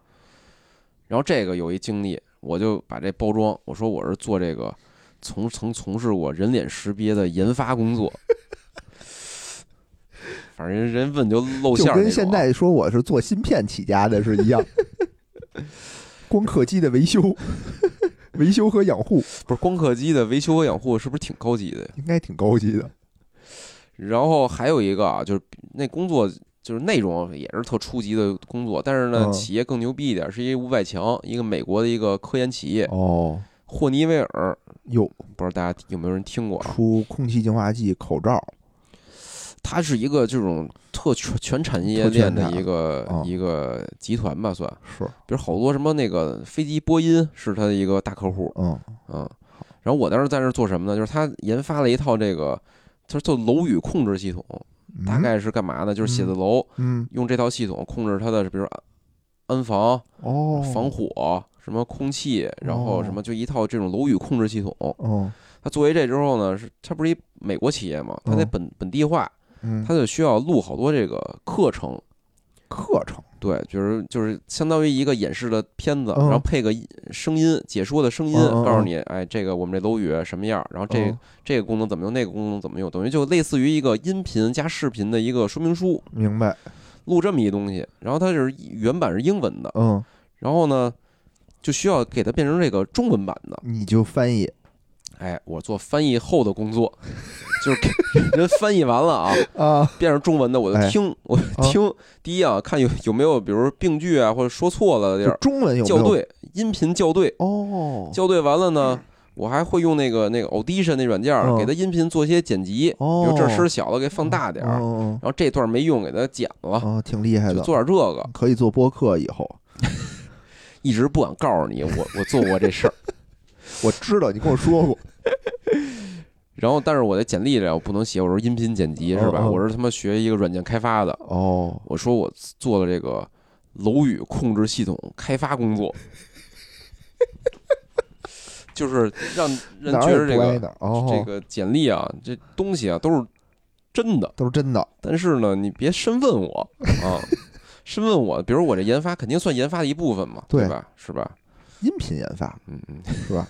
B: 然后这个有一经历，我就把这包装，我说我是做这个从曾从事过人脸识别的研发 工作，反正人问就露
A: 就
B: 馅儿那种啊，
A: 跟现在说我是做芯片起家的是一 样，光刻机的维修、 维修和养护
B: 不是光刻机的维修和养护是不是挺高级的呀？
A: 应该挺高级的，
B: 然后还有一个啊，就是那工作就是内容也是特初级的工作，但是呢，
A: 嗯
B: 企业更牛逼一点，是一五百强，一个美国的一个科研企业，
A: 哦，
B: 霍尼韦尔，
A: 哟，
B: 不知道大家有没有人听过啊？
A: 出空气净化器口罩，
B: 它是一个这种特全全产业
A: 特全
B: 链的
A: 产
B: 一个
A: 嗯
B: 一个集团吧，算，
A: 是，
B: 比如好多什么那个飞机波音是它的一个大客户，
A: 嗯，
B: 嗯，然后我当时在那儿做什么呢？就是他研发了一套这个，它是做楼宇控制系统，
A: 嗯
B: 大，概是干嘛呢？就是写字楼。
A: 嗯，
B: 用这套系统控制它的，比如安安防、
A: 哦，
B: 防，火、什么空气，然后什么就一套这种楼宇控制系统。
A: 哦，
B: 它作为这之后呢，是它不是一美国企业嘛，它得
A: 嗯
B: 本本地化，
A: 嗯，
B: 它就需要录好多这个课程。
A: 课程，
B: 对，就是就是相当于一个演示的片子，
A: 嗯
B: 然后配个音声音解说的声音，
A: 嗯嗯嗯
B: 告诉你，哎，这个我们这楼宇什么样，然后这
A: 嗯
B: 这个功能怎么用，那个功能怎么用，等于就类似于一个音频加视频的一个说明书，
A: 明白，
B: 录这么一东西。然后它是原版是英文的，
A: 嗯，
B: 然后呢，就需要给它变成这个中文版的。
A: 你就翻译，
B: 哎，我做翻译后的工作， 就是给人翻译完了啊，
A: 啊，
B: 变成中文的我
A: 哎
B: 就听，我就听。第一啊，看有有没有比如病句啊，或者说错了的地
A: 就
B: 儿，
A: 中文有没
B: 校
A: 有？
B: 对，音频校对，
A: 哦，
B: 校对完了呢。我还会用那个那个 Audition 那软件儿
A: 嗯
B: 给它音频做些剪辑，
A: 哦
B: 比如这声小了给放大点儿，
A: 哦
B: 然后这段没用给它剪
A: 哦
B: 了，
A: 哦，挺厉害
B: 就
A: 的，
B: 做点这个。
A: 可以做播客以后，
B: 一直不敢告诉你我我做过这事儿，
A: 我知道你跟我说 过，
B: 然后，但是我的简历里我不能写我是音频剪辑是吧？
A: 嗯嗯
B: 我是他妈学一个软件开发的，
A: 哦，
B: 我说我做了这个楼宇控制系统开发 工作，就是让人
A: 哪
B: 觉
A: 儿也
B: 得这
A: 不挨
B: 个
A: 哪儿，哦，
B: 这个简历啊，这东西啊都是真的，
A: 都是真的，
B: 但是呢，你别深问我啊， 深问我，比如我这研发肯定算研发的一部分嘛，
A: 对
B: 对吧？是吧？
A: 音频研发，
B: 嗯嗯，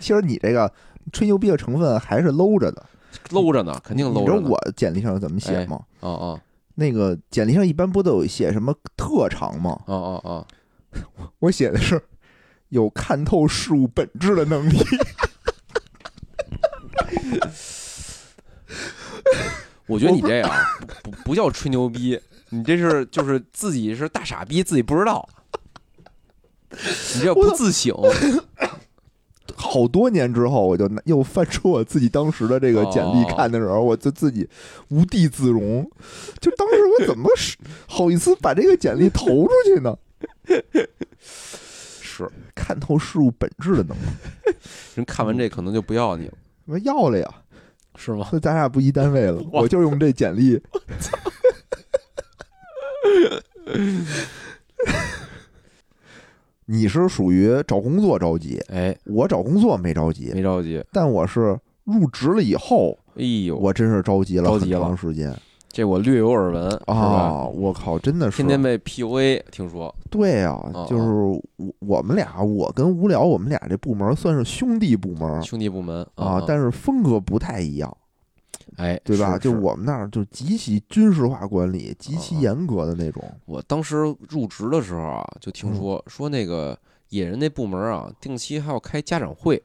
A: 其实你这个吹牛逼的成分还是搂着的，
B: 搂着呢，肯定搂
A: 你知
B: 着
A: 道
B: 呢。
A: 我简历上怎么写吗？
B: 啊啊
A: 那个简历上一般不都有写什么特长吗？
B: 啊啊啊！
A: 我写的是有看透事物本质的能力。
B: 我觉得你这样啊不不不叫吹牛逼，你这是就是自己是大傻逼，自己不知道，你这不自省。
A: 好多年之后，我就拿又翻出我自己当时的这个简历
B: 哦
A: 看的时候，我就自己无地自容。就当时我怎么是 好意思把这个简历投出去呢？
B: 是
A: 看透事物本质的能力，
B: 人看完这可能就不要你了，
A: 我说要了呀，
B: 是吗？
A: 说咱俩不一单位了，
B: 哇
A: 我就用这简 历。你是属于找工作着急，
B: 哎，
A: 我找工作没着急，
B: 没着急。
A: 但我是入职了以后，
B: 哎呦，
A: 我真是着急了
B: 着
A: 很
B: 急了
A: 长时间
B: 这我略有耳闻，是吧？
A: 啊！我靠，真的是
B: 天天被 PUA，听说
A: 对啊
B: 嗯，
A: 就是我我们俩，我跟无聊，我们俩这部门算是兄弟部门
B: 兄弟部门
A: 啊，但是风格不太一样，
B: 哎，
A: 对吧？
B: 是
A: 就是我们那儿就极其军事化管理，极其
B: 嗯嗯
A: 严格的那种。
B: 我当时入职的时候啊，就听说、
A: 嗯
B: 说那个野人那部门啊，定期还要开家长会，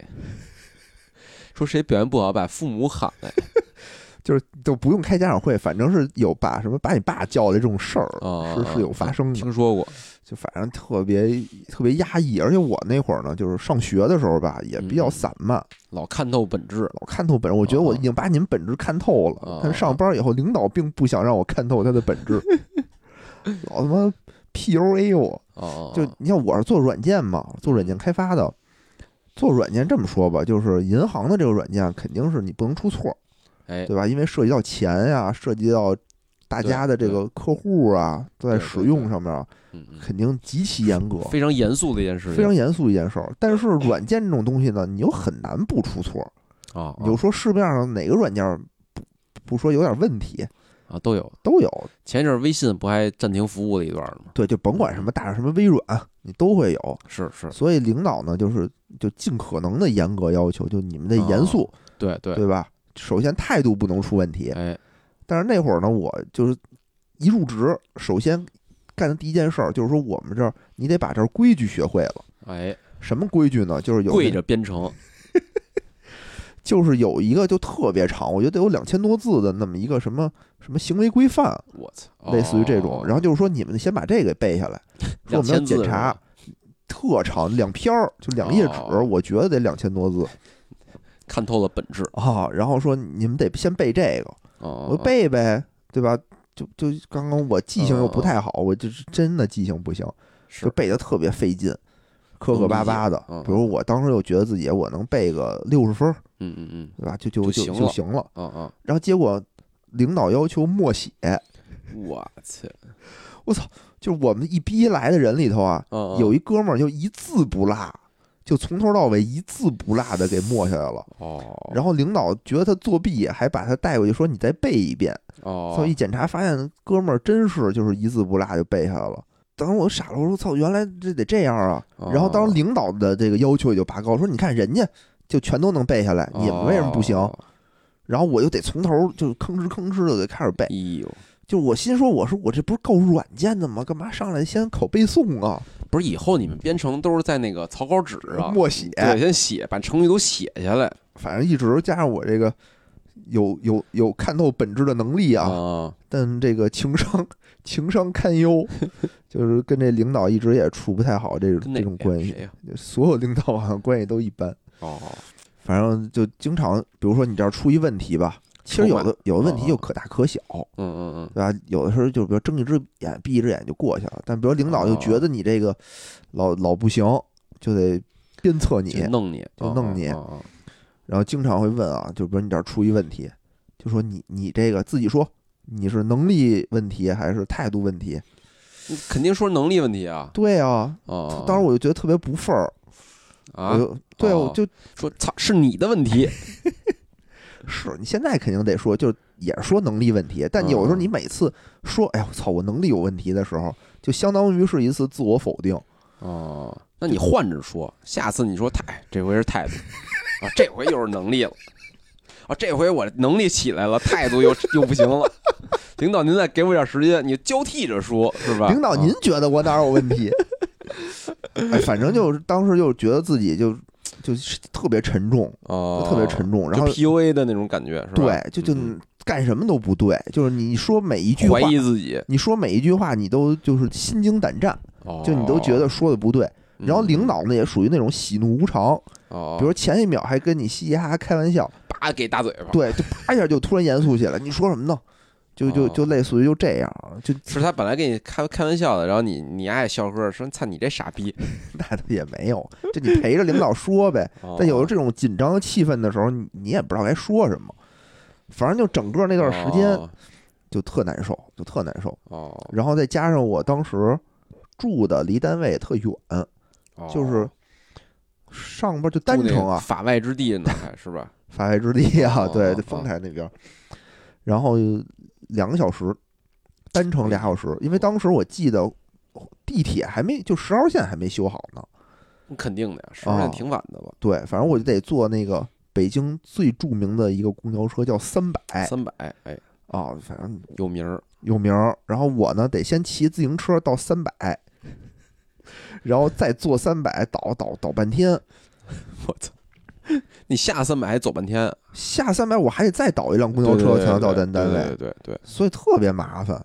B: 说谁表现不好把父母喊来。
A: 就是都不用开家长会，反正是有把什么把你爸叫来这种事儿，
B: 啊，
A: 是是有发生的，
B: 听说过，
A: 就反正特别特别压抑。而且我那会儿呢，就是上学的时候吧，也比较
B: 嗯
A: 散漫，
B: 老看透本质
A: 老看透本质。我觉得我
B: 啊
A: 已经把你们本质看透了，
B: 啊
A: 但上班以后，领导并不想让我看透他的本 质，老他妈 PUA 我。
B: 啊，嗯
A: 就你像我是做软件嘛，做软件开发的，做软件这么说吧，就是银行的这个软件肯定是你不能出错，
B: 哎，
A: 对吧？因为涉及到钱呀、涉及到大家的这个客户啊，都在
B: 对对
A: 使用上面啊
B: 嗯嗯
A: 肯定极其严格，
B: 非常嗯严肃的一件事情，
A: 非常严肃一件事儿。但是软件这种东西呢，你又很难不出错。
B: 啊，
A: 你就说市面上哪个软件不不说有点问题，
B: 啊都有。
A: 都有。
B: 前一阵儿微信不还暂停服务了一段儿吗？
A: 对，就甭管什么大什么微软，你都会有。
B: 是是，
A: 所以领导呢，就是就尽可能的严格要求，就你们的严肃，
B: 对哦对，
A: 对吧？首先态度不能出问题。
B: 哎，
A: 但是那会儿呢，我就是一入职，首先干的第一件事儿就是说，我们这儿你得把这儿规矩学会了。
B: 哎，
A: 什么规矩呢？就是有那
B: 跪着编程，
A: 就是有一个就特别长，我觉得有两千多字的那么一个什么什么行为规范，
B: 我操，啊
A: 类似于这种。然后
B: 就
A: 就是说，你们先把这个背下来，说我们要检查，特长两篇儿，就两页纸，
B: 哦
A: 我觉得得两千多字
B: 看透了本质。
A: 啊。然后说你们得先背这个，
B: 哦，
A: 我就背呗，对吧？就就刚刚我记性又不
B: 哦
A: 太好，我就是真的记性不行，
B: 是
A: 就背的特别费劲，磕磕巴巴的
B: 嗯嗯。
A: 比如我当时又觉得自己我能背个六十分儿，
B: 嗯嗯嗯，
A: 对吧？就就
B: 就
A: 就
B: 行
A: 就
B: 了
A: 行了。
B: 啊啊，
A: 然后结果领导要求默写，
B: 我操，
A: 就是我们一逼来的人里头啊，
B: 嗯
A: 有
B: 一
A: 一哥们儿就一字不落，就从头到尾一字不落的给默下来了。
B: 哦，
A: 然后领导觉得他作弊，还把他带过去说你再背一遍。
B: 哦，
A: 最后一检查发现，哥们儿真是就是一字不落就背下来了。当时我傻了，我说操，原来这得这样啊！
B: 哦
A: 然后当时领导的这个要求也就拔高，说你看人家就全都能背下来，你们为什么不行？
B: 哦
A: 然后我就得从头就吭哧吭哧的就开始背
B: 哎，呦，
A: 就我心说，我说我这不是搞软件的吗？干嘛上来先考背诵啊？
B: 不是以后你们编程都是在那个草稿纸上
A: 默写
B: 对，先写，把成语都写下来
A: 反正一直加上我这个有有有看透本质的能力啊，
B: 啊，
A: 但这个情商情商堪 忧，就是跟这领导一直也处不太好这
B: 跟
A: 种
B: 哪
A: 这种关系，
B: 谁呀？
A: 所有领导好像关系都一般，
B: 哦，
A: 反正就经常，比如说你这儿出一问题吧，其实有的有的问
B: 哦
A: 题就可大可小，
B: 嗯嗯
A: 对吧？有的时候就比如睁一只眼闭一只眼就过去了，但比如领导就
B: 哦
A: 觉得你这个老老不行，就得鞭策
B: 嗯，
A: 你，
B: 就弄你，
A: 就弄你
B: 啊啊啊啊
A: 然后经常会问啊，就比如你这儿出一问题，就说你你这个自己说你是能力问题还是态度问题？
B: 你肯定说能力问题啊。
A: 对啊，
B: 哦，
A: 当时我就觉得特别不忿儿，我
B: 啊，
A: 就对啊，
B: 哦
A: 我就
B: 说操，是你的问题，
A: 是你现在肯定得说，就是也说能力问题，但
B: 嗯
A: 有时候你每次说哎呀我操我能力有问题的时候，就相当于是一次自我否定。
B: 哦，那你换着说，下次你说态，这回是态度啊，这回又是能力了啊，这回我能力起来了，态度又又不行了。 领导，您再给我点时间，你交替着说，是吧？
A: 领导，您
B: 啊
A: 觉得我哪有问 题？哎，反正就是当时就觉得自己就就是特别沉重，
B: 哦
A: 就，特别沉重，然后
B: 就 PUA 的那种感觉，是吧？
A: 对，就就
B: 嗯
A: 干什么都不对，就是你说每一句话
B: 怀，疑自己，
A: 你说每一句话，你都就是心惊胆战，
B: 哦
A: 就你都觉得说的不对。
B: 嗯
A: 然后领导呢也属于那种喜怒无常，
B: 哦，
A: 比如前一秒还跟你嘻嘻哈哈开玩笑，
B: 叭给大嘴巴，
A: 对，就啪一下就突然严肃起来，你说什么呢？就就
B: 哦
A: 就类似于就这样，啊就是
B: 他本来跟你开开玩笑的，然后你你爱笑呵，说操你这傻逼。
A: 那倒也没有，就你陪着领导说呗。哦
B: 哦
A: 但有时候这种紧张气氛的时候，你你也不知道该说什么，反正就整个那
B: 这
A: 段时间
B: 哦
A: 就特难受，就特难受。
B: 哦，
A: 然后再加上我当时住的离单位也特远，
B: 哦
A: 就是上边就单
B: 住那
A: 程
B: 个
A: 啊，
B: 法外之地呢，还是吧？
A: 法外之地啊，
B: 哦
A: 对
B: 哦，
A: 丰台那边，然后两个小时，单程俩小时，因为当时我记得地铁还没就十号线还没修好呢，
B: 肯定的呀，时
A: 啊
B: 间挺晚的了，
A: 对，反正我就得坐那个北京最著名的一个公交车叫三百
B: 三百哎
A: 啊，反正
B: 有名儿，
A: 有名儿。然后我呢得先骑自行车到三百，然后再坐三百倒倒倒半天，
B: 我操！你下三百还走半天，啊
A: 下三百我还得再倒一辆公交车才能到咱单
B: 对
A: 位，
B: 对对对，
A: 所以特别麻烦。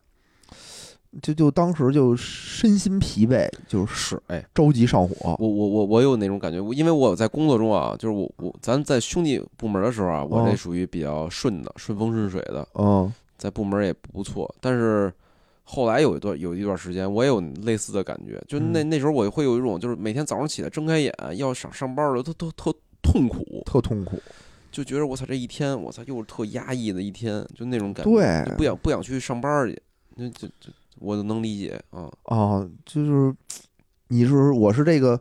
A: 就就当时就身心疲惫，就是
B: 哎，
A: 着急上火。
B: 我我我我有那种感觉，我因为我在工作中啊，就是我我咱在兄弟部门的时候啊，我
A: 哦
B: 这属于比较顺的，顺风顺水的，
A: 嗯，
B: 在部门也不错。但是后来有一段有一段时间，我也有类似的感觉，就那那时候我会有一种就是每天早上起来睁开眼要上上班了，都都特痛苦，
A: 特痛苦。
B: 就觉得我操这一天，我操又是特压抑的一天，就那种感觉，
A: 对
B: 就不想不想去上班儿去，就就就我都能理解啊，
A: 啊，就是你是我是这个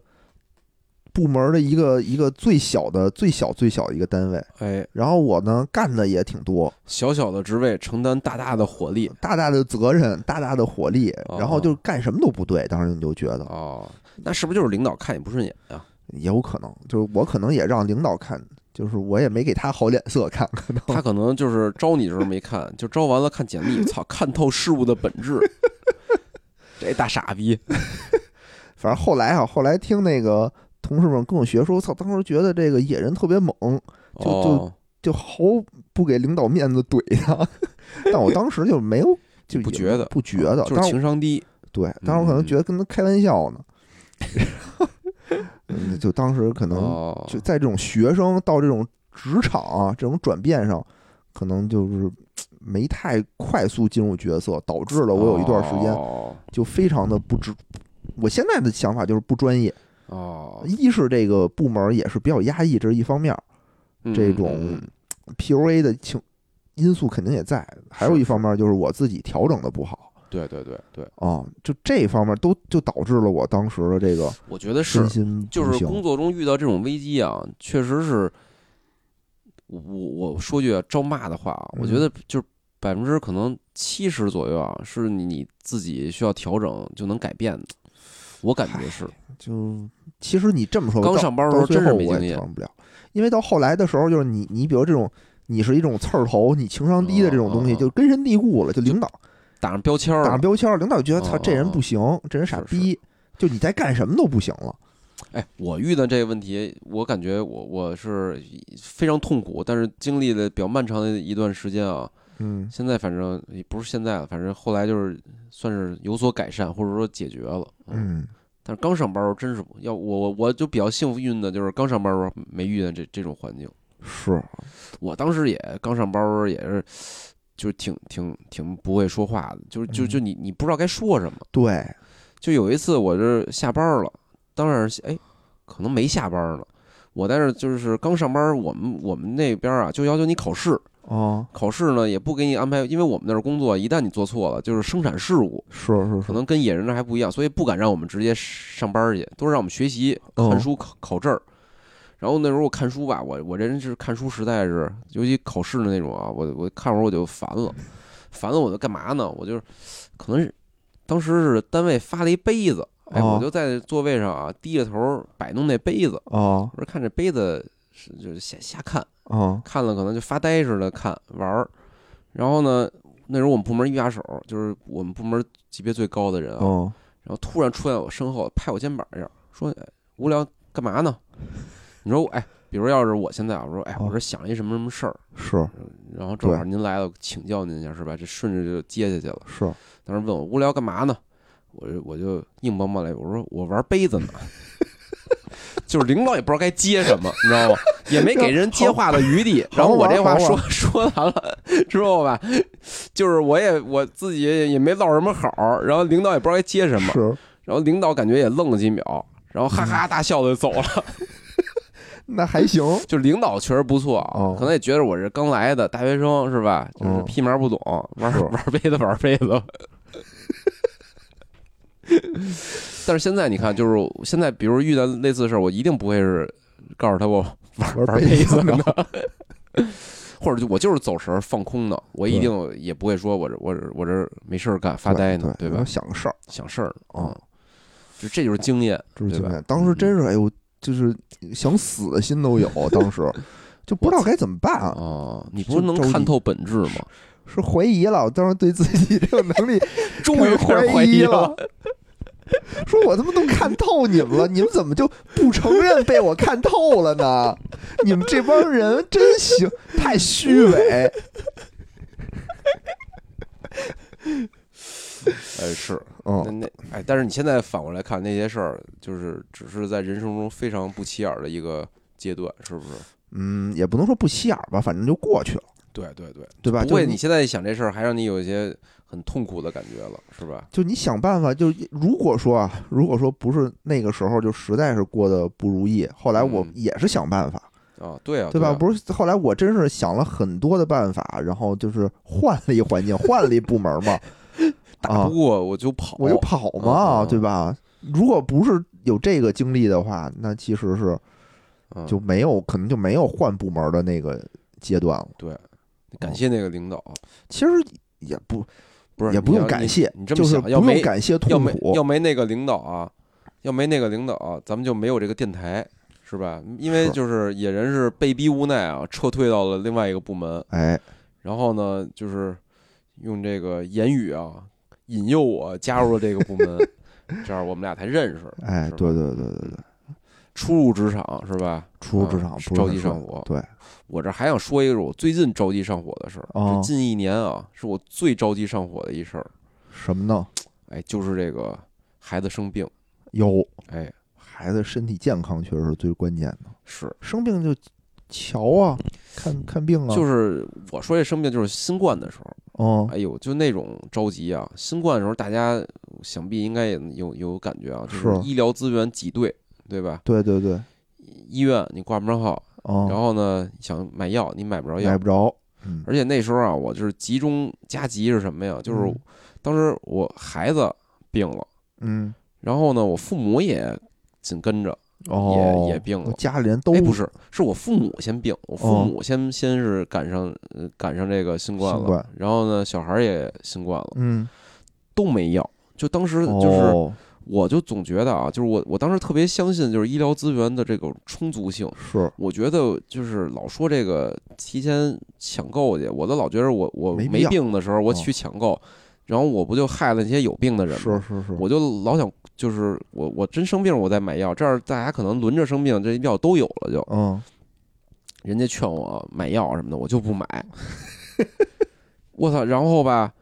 A: 部门的一个一个最小的最小最小的一个单位，
B: 哎，
A: 然后我呢干的也挺多，
B: 小小的职位承担大大的火力
A: 大大的责任，大大的火力，然后
B: 哦
A: 就是干什么都不对，当时你就觉得
B: 哦，那是不是就是领导看你不顺眼啊呀、
A: 也有可能，就是我可能也让领导看，就是我也没给他好脸色看，可能
B: 他可能就是招你的时候没 看，就招完了看简 历，操，看透事物的本质， 这大傻逼，
A: 反正后来啊，后来听那个同事们跟我学说，操，当时觉得这个野人特别猛，就
B: 哦
A: 就就毫不给领导面子怼 他。但我当时就没有就
B: 不
A: 也
B: 觉得哦
A: 不觉得，
B: 就是嗯
A: 当时
B: 情商低，
A: 对，当时我可能觉得跟他开玩笑 呢。嗯，就当时可能
B: 哦，
A: 就在这种学生到这种职场啊这种转变上，可能就是没太快速进入角色，导致了我有一段时间
B: 哦
A: 就非常的不知。我现在的想法就是不专业，
B: 哦，
A: 一是这个部门也是比较压抑，这是一方面儿，
B: 嗯
A: 这
B: 嗯
A: 种
B: 嗯
A: PUA 的情因素肯定也在，还有
B: 是
A: 一方面就是我自己调整的不好
B: 对对对对，
A: 啊，就这方面都就导致了我当时的这个
B: 我觉得是
A: 身心不
B: 就是
A: 行
B: 工作中遇到这种危机啊，确实是，我我我说句招骂的话啊，
A: 嗯
B: 我觉得就是百分之可能七十左右啊，是你自己需要调整就能改变的。我感觉是，
A: 就其实你这么说，
B: 刚
A: 到
B: 上班的时
A: 到
B: 候
A: 最
B: 真
A: 后
B: 是没
A: 我
B: 经
A: 也
B: 验
A: 调整不了，因为到后来的时候，就是你你比如这种。你是一种刺儿头，你情商低的这种东西
B: 嗯嗯嗯
A: 就根深蒂固了，就领导
B: 打上标签儿
A: 打上
B: 了。
A: 标签儿，领导就觉得
B: 嗯
A: 操
B: 嗯
A: 这人
B: 嗯
A: 不行，这人傻
B: 是是
A: 逼，就你再干什么都不行了。
B: 哎，我遇到这个问题，我感觉我我是非常痛苦，但是经历了比较漫长的一段时间啊。
A: 嗯
B: 现在反正也不是现在了，反正后来就是算是有所改善，或者说解决了。
A: 嗯，
B: 但是刚上班儿真是要我我我就比较幸运的，就是刚上班儿没遇见这这种环境。
A: 是，
B: 我当时也刚上班儿也是，就是挺挺挺不会说话的，就是就
A: 嗯
B: 就你你不知道该说什么。
A: 对，
B: 就有一次我这下班儿了，当然是哎，可能没下班儿呢。我在这儿就是刚上班儿，我们我们那边儿啊就要求你考试，
A: 哦，
B: 考试呢也不给你安排，因为我们那儿工作一旦你做错了就是生产事故，
A: 是是
B: 可
A: 是，
B: 能跟野人那还不一样，所以不敢让我们直接上班去，都是让我们学习、
A: 哦
B: 看书、考考证儿。然后那时候我看书吧，我我这人是看书实在是，尤其考试的那种啊，我我看会儿我就烦了，烦了我就干嘛呢？我就是可能是当时是单位发了一杯子，哎，
A: 哦
B: 我就在座位上啊低着头摆弄那杯子，
A: 哦
B: 我说看这杯子是就是瞎瞎看，
A: 哦
B: 看了可能就发呆似的看玩儿。然后呢，那时候我们部门一把手就是我们部门级别最高的人啊，
A: 哦，
B: 然后突然出现在我身后，拍我肩膀一下，说：“哎无聊干嘛呢？”你说我，哎，比如要是我现在啊，我说，哎，
A: 哦
B: 我这想了一什么什么事儿，
A: 是
B: 然后正好
A: 对
B: 您来了，请教您一下，是吧？这顺着就接下去了。
A: 是，
B: 当时问我无聊干嘛呢？我就我就硬邦邦来，我说我玩杯子呢。就是领导也不知道该接什么，你知道吗？也没给人接话的余地。
A: 好
B: 然后我这话
A: 好玩好
B: 说
A: 玩
B: 说完了之后吧，就是我也我自己也没落什么好，然后领导也不知道该接什么。
A: 是，
B: 然后领导感觉也愣了几秒，然后哈哈大笑的走 了。
A: 那还行，
B: 就领导确实不错
A: 哦
B: 啊，可能也觉得我是刚来的大学生是吧？就是
A: 嗯
B: 屁毛不懂，玩
A: 是
B: 玩杯子玩杯子。 但是现在你看，就是现在，比如遇到类似的事儿，我一定不会是告诉他我
A: 玩
B: 玩
A: 杯
B: 杯子
A: 呢
B: 呢， 或者就我就是走神儿放空呢，我一定也不会说我这我这我这没事儿干 发呆呢，
A: 对
B: 对吧？
A: 想个事儿，
B: 想事儿呢，
A: 哦
B: 嗯，就这就是经验，
A: 这是
B: 对
A: 经
B: 吧嗯
A: 验。当时真是，哎呦，就是想死的心都有，当 时就不知道该怎么办啊，
B: 哦，你
A: 就
B: 不是能
A: 周易
B: 看透本质吗？
A: 是怀疑了，我当时对自己这个能力
B: 终
A: 开始
B: 于开始
A: 怀
B: 怀疑
A: 了。 说我他妈都看透你们了，你们怎么就不承认被我看透了呢？ 你们这帮人真行，太虚 伪。
B: 哎，是，那
A: 嗯，
B: 那哎，但是你现在反过来看那些事儿，就是只是在人生中非常不起眼儿的一个阶段，是不是？
A: 嗯，也不能说不起眼儿吧，反正就过去了，
B: 对对对，
A: 对吧？
B: 不会，
A: 就
B: 你现在想这事儿，还让你有一些很痛苦的感觉了，是吧？
A: 就你想办法，就如果说啊，如果说不是那个时候，就实在是过得不如意，后来我
B: 嗯
A: 也是想办法，
B: 啊，对啊，
A: 对吧？
B: 啊
A: 不是后来我真是想了很多的办法，然后就是换了一环境，换了一部门嘛，
B: 打
A: 啊
B: 不，过我就跑，
A: 我就跑
B: 嗯
A: 嘛，
B: 嗯嗯
A: 对吧？如果不是有这个经历的话，那其实是
B: 嗯
A: 就没有，可能就没有换部门的那个阶段了。
B: 对，感谢那个领导，
A: 其实也不
B: 不是
A: 也不
B: 你
A: 用
B: 要
A: 感
B: 你
A: 谢
B: 你这，么
A: 就是
B: 想
A: 不
B: 要没
A: 用感谢
B: 要
A: 痛
B: 没
A: 苦
B: 要，没那个领导啊，要没那个领导啊、咱们就没有这个电台，是吧？因为
A: 是
B: 就是野人是被逼无奈啊，撤退到了另外一个部门，
A: 哎，
B: 然后呢，就是用这个言语啊引 诱我加入了这个部门，这样我们俩才认识。
A: 哎
B: 是，吧
A: 对对对对对，
B: 初入职场是吧？
A: 初入职场
B: 啊
A: 不是
B: 着
A: 很
B: 急上
A: 顺
B: 火。
A: 对，
B: 我这还想说一个我最近着急上火的事儿，
A: 哦
B: 这近一年啊，是我最着急上火的一事儿。
A: 什么呢？
B: 哎，就是这个孩子生病，
A: 有
B: 哎，
A: 孩子身体健康确实是最关键的，
B: 是，
A: 生病就瞧啊，看看病啊，
B: 嗯就是我说这生病就是新冠的时候，
A: 哦，
B: 哎呦，就那种着急啊！新冠的时候，大家想必应该也有有感觉啊，就是是医疗资源挤兑，对吧？
A: 对对对，
B: 医院你挂不上号，然
A: 哦，
B: 后呢想买药你买不着
A: 买
B: 药，
A: 不着，嗯，
B: 而且那时候啊，我就是集中加急是什么呀？就是
A: 嗯
B: 当时我孩子病了，
A: 嗯，
B: 然后呢，我父母也紧跟着，
A: 哦，
B: 也病了
A: 家里人都
B: 哎，不是，是我父母先病，我父
A: 哦
B: 母先先是赶上呃赶上这个新冠
A: 新
B: 了
A: 冠，
B: 然后呢，小孩儿也新冠了，
A: 嗯，
B: 都没药。就当时就是
A: 哦，
B: 我就总觉得啊，就是我我当时特别相信就是医疗资源的这个充足性。
A: 是
B: 我觉得就是老说这个提前抢购去，我都老觉得我我
A: 没必
B: 没
A: 要
B: 病的时候我
A: 哦
B: 去抢购，然后我不就害了那些有病的人
A: 是
B: 吗？
A: 是是，
B: 我就老想，就是我我真生病了我再买药，这样大家可能轮着生病，这药都有了就。
A: 嗯，
B: 人家劝我买药什么的，我就不买。 我操，然后吧，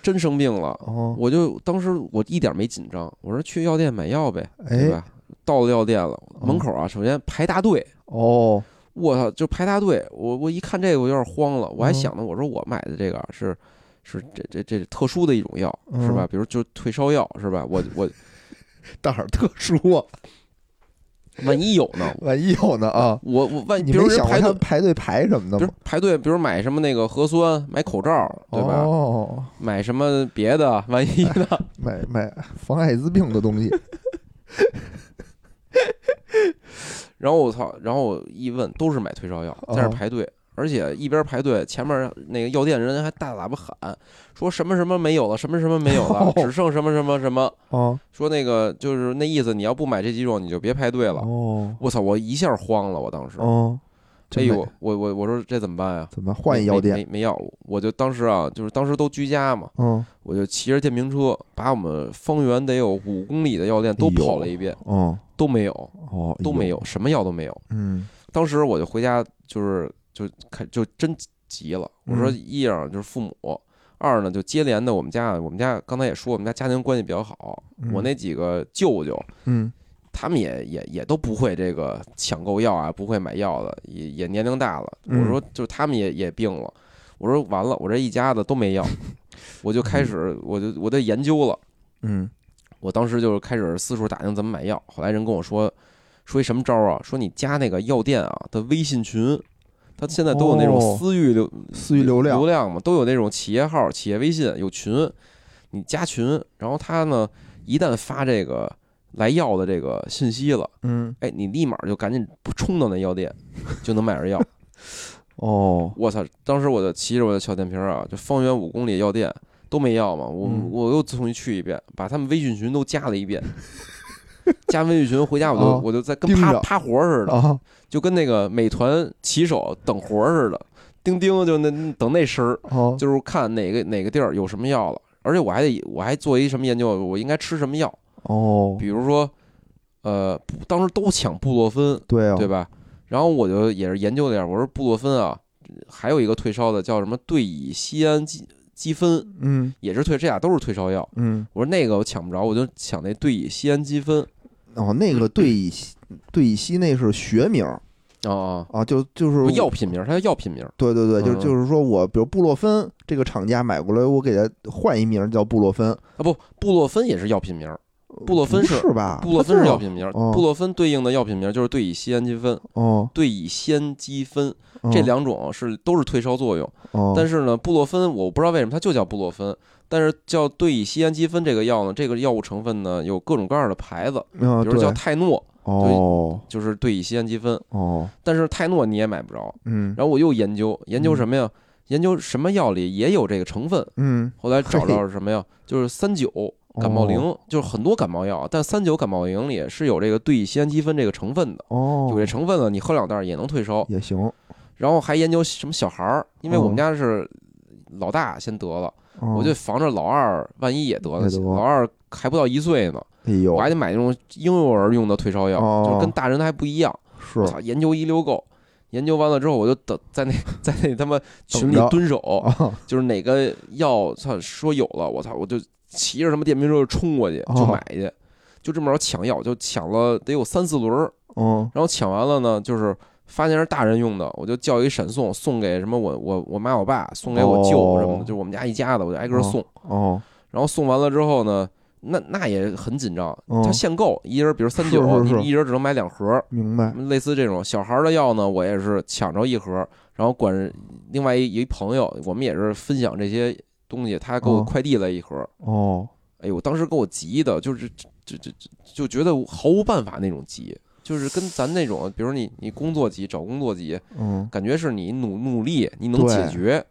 B: 真生病了，
A: 哦，
B: 我就当时我一点没紧张，我说去药店买药呗，对
A: 哎，
B: 吧？到了药店了，
A: 嗯
B: 门口啊，首先排大队，
A: 哦，
B: 我操，就排大队。我我一看这个，我有点慌了，我还
A: 嗯
B: 想呢，我说我买的这个啊是是这这这特殊的一种药
A: 嗯
B: 是吧？比如就退烧药是吧？我我
A: 胆儿特殊啊，
B: 万一有呢？
A: 万一有呢啊，
B: 我 我万，
A: 你
B: 比
A: 没
B: 如人
A: 想过
B: 排
A: 他
B: 队
A: 们，排队排什么
B: 比
A: 的
B: 如
A: 吗？
B: 排队，比如买什么那个核酸，买口罩，对吧？
A: 哦，
B: 买什么别的？万一呢？
A: 买买防艾滋病的东 西，
B: 然后我操，然后我一问，都是买退烧药，在那
A: 哦
B: 排队，而且一边排队，前面那个药店人还大喇叭喊，说什么什么没有了，什么什么没有了
A: 哦，
B: 只剩什么什么什么，
A: 哦
B: 说那个就是那意思，你要不买这几种，你就别排队了。
A: 哦
B: 我操！我一下慌了，我当时，
A: 哦，
B: 哎
A: 真没
B: 呦，我我我说这怎么办呀？
A: 怎么换一
B: 没
A: 药
B: 没
A: 店？
B: 没药，我就当时啊，就是当时都居家嘛，
A: 嗯
B: 我就骑着电瓶车，把我们方圆得有五公里的药店都
A: 哎呦
B: 跑了一遍，
A: 哦
B: 都没有，
A: 哦，
B: 都没
A: 有，
B: 有，什么药都没有。
A: 嗯
B: 当时我就回家，就是就看就真急了。我说
A: 嗯
B: 一啊就是父母，二呢就接连的我们家，我们家刚才也说我们家家庭关系比较好，
A: 嗯
B: 我那几个舅舅
A: 嗯
B: 他们也也也都不会这个抢购药啊，不会买药的，也也年龄大了。
A: 嗯
B: 我说就是他们也也病了，我说完了，我这一家子都没药，我就开始我就我就研究了。
A: 嗯
B: 我当时就是开始四处打听怎么买药，后来人跟我说，说一什么招儿啊？说你加那个药店啊的微信群，他现在都有那种
A: 哦
B: 私域流、
A: 私域流量
B: 流量嘛，都有那种企业号、企业微信有群，你加群，然后他呢一旦发这个来药的这个信息了，
A: 嗯
B: 哎，你立马就赶紧冲到那药店，就能买着药。
A: 哦
B: 我操！当时我就骑着我的小电瓶儿啊，就方圆五公里药店都没药嘛，我、
A: 嗯
B: 我又重新去一遍，把他们微信群都加了 一遍，加微信群回家我就、
A: 啊
B: 我就在跟
A: 盯
B: 趴
A: 着
B: 趴活儿似的，
A: 啊
B: 就跟那个美团骑手等活儿似的，钉钉就那等那声儿，
A: 哦
B: 就是看哪个哪个地儿有什么药了，而且我还得我还做一什么研究，我应该吃什么药，
A: 哦，
B: 比如说，呃，不当时都抢布洛芬，
A: 对啊
B: 对吧？然后我就也是研究了点儿，我说布洛芬啊，还有一个退烧的叫什么对乙酰氨基基酚，
A: 嗯
B: 也是退，这俩都是退烧药。
A: 嗯
B: 我说那个我抢不着，我就抢那对乙酰氨基酚。
A: 哦，那个对乙烯对乙烯那是学名儿
B: 啊啊，
A: 啊，就就是
B: 不药品名儿，它叫药品名儿。
A: 对对对，就
B: 嗯
A: 是就是说我比如布洛芬这个厂家买过来，我给它换一名儿叫布洛芬，
B: 啊，不，布洛芬也是药品名儿，布洛芬
A: 不
B: 是
A: 是吧？
B: 布洛
A: 它就是
B: 芬
A: 是
B: 药品名儿，
A: 哦
B: 布洛芬对应的药品名儿就是对乙酰氨基酚。
A: 哦，
B: 对乙酰氨基酚这
A: 嗯
B: 两种是都是退烧作用，
A: 哦，
B: 但是呢，布洛芬我不知道为什么它就叫布洛芬，但是叫对乙酰氨基酚这个药呢，这个药物成分呢有各种各样的牌子，
A: 嗯，
B: 比如叫
A: 对
B: 泰诺，
A: 哦
B: 就是对乙酰氨基酚，
A: 哦，
B: 但是泰诺你也买不着。
A: 嗯
B: 然后我又研究研究什么呀？研究什么药里也有这个成分。
A: 嗯
B: 后来找到了什么呀？就是三九
A: 哦
B: 感冒灵，就是很多感冒药，但三九感冒灵里是有这个对乙酰氨基酚这个成分的，
A: 哦，
B: 有这成分了，你喝两袋也能退烧。
A: 也行，
B: 然后还研究什么小孩儿，因为我们
A: 哦
B: 家是老大先得了。
A: 哦
B: 我就防着老二，万一也得了
A: 也得，了
B: 老二还不到一岁呢，
A: 哎呦，
B: 我还得买那种婴幼儿用的退烧药，
A: 哦
B: 就是跟大人的还不一样。
A: 是
B: 我操，研究一溜够，研究完了之后，我就等在那在那他妈群里
A: 等着
B: 蹲守，
A: 啊，
B: 就是哪个药操说有了，我操，我就骑着什么电瓶车就冲过去
A: 哦
B: 就买去，就这么着抢药，就抢了得有三四轮儿，
A: 嗯，
B: 然后抢完了呢，就是发现是大人用的，我就叫一闪送送给什么我我我妈我爸，送给我舅
A: 哦
B: 什么的，就是我们家一家子，我就挨个
A: 哦
B: 送，
A: 哦，
B: 然后送完了之后呢。那那也很紧张，
A: 嗯
B: 他限购，一人比如三九，
A: 是是是
B: 你一人只能买两盒，
A: 明白，
B: 类似这种小孩儿的药呢，我也是抢着一盒，然后管另外一一朋友，我们也是分享这些东西，他给我
A: 哦
B: 快递了一盒。
A: 哦，
B: 哎呦，当时给我急的，就是这这这这就觉得毫无办法那种急，就是跟咱那种，比如你你工作急，找工作急，
A: 嗯，
B: 感觉是你努努力，你能
A: 对
B: 解决。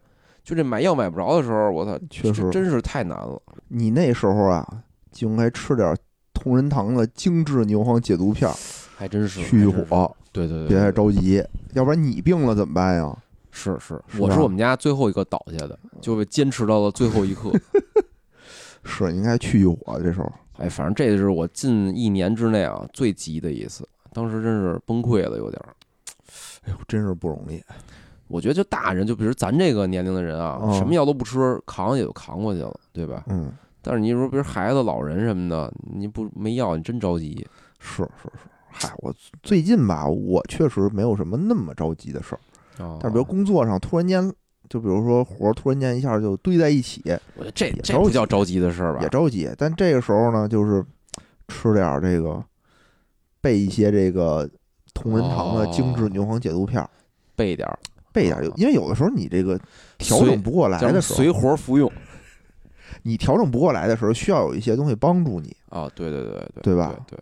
B: 就这买药买不着的时候，我操，
A: 确实
B: 这真是太难了。
A: 你那时候啊，就应该吃点同仁堂的精致牛黄解毒片儿
B: 还真是
A: 去，
B: 还真是
A: 火，
B: 对对对，
A: 别太
B: 对
A: 着急，要不然你病了怎么办呀？
B: 是是，
A: 是
B: 我是
A: 吧
B: 我们家最后一个倒下的，就坚持到了最后一刻。
A: 是应该去火，这时候
B: 哎，反正这是我近一年之内啊最急的一次，当时真是崩溃了，有点儿。
A: 真是不容易。
B: 我觉得就大人，就比如咱这个年龄的人啊，
A: 嗯
B: 什么药都不吃，扛也就扛过去了，对吧？
A: 嗯，
B: 但是你说，比如孩子、老人什么的，你不没药，你真着急。
A: 是是是。嗨，我最近吧，我确实没有什么那么着急的事儿，
B: 啊，
A: 但是比如工作上突然间，就比如说活儿突然间一下就堆在一起，
B: 我觉得这
A: 也
B: 这
A: 着
B: 不
A: 急
B: 叫着急的事儿吧
A: 也？着急。但这个时候呢，就是吃点儿这个，备一些这个同仁堂的精致
B: 哦
A: 牛黄解毒片儿，
B: 备点儿，
A: 备一点儿就，因为有的时候你这个调
B: 随
A: 整不过来
B: 咱
A: 的
B: 们
A: 时候，
B: 随活服用
A: 你调整不过来的时候，需要有一些东西帮助你。
B: 啊！对对对对，
A: 对吧
B: 对，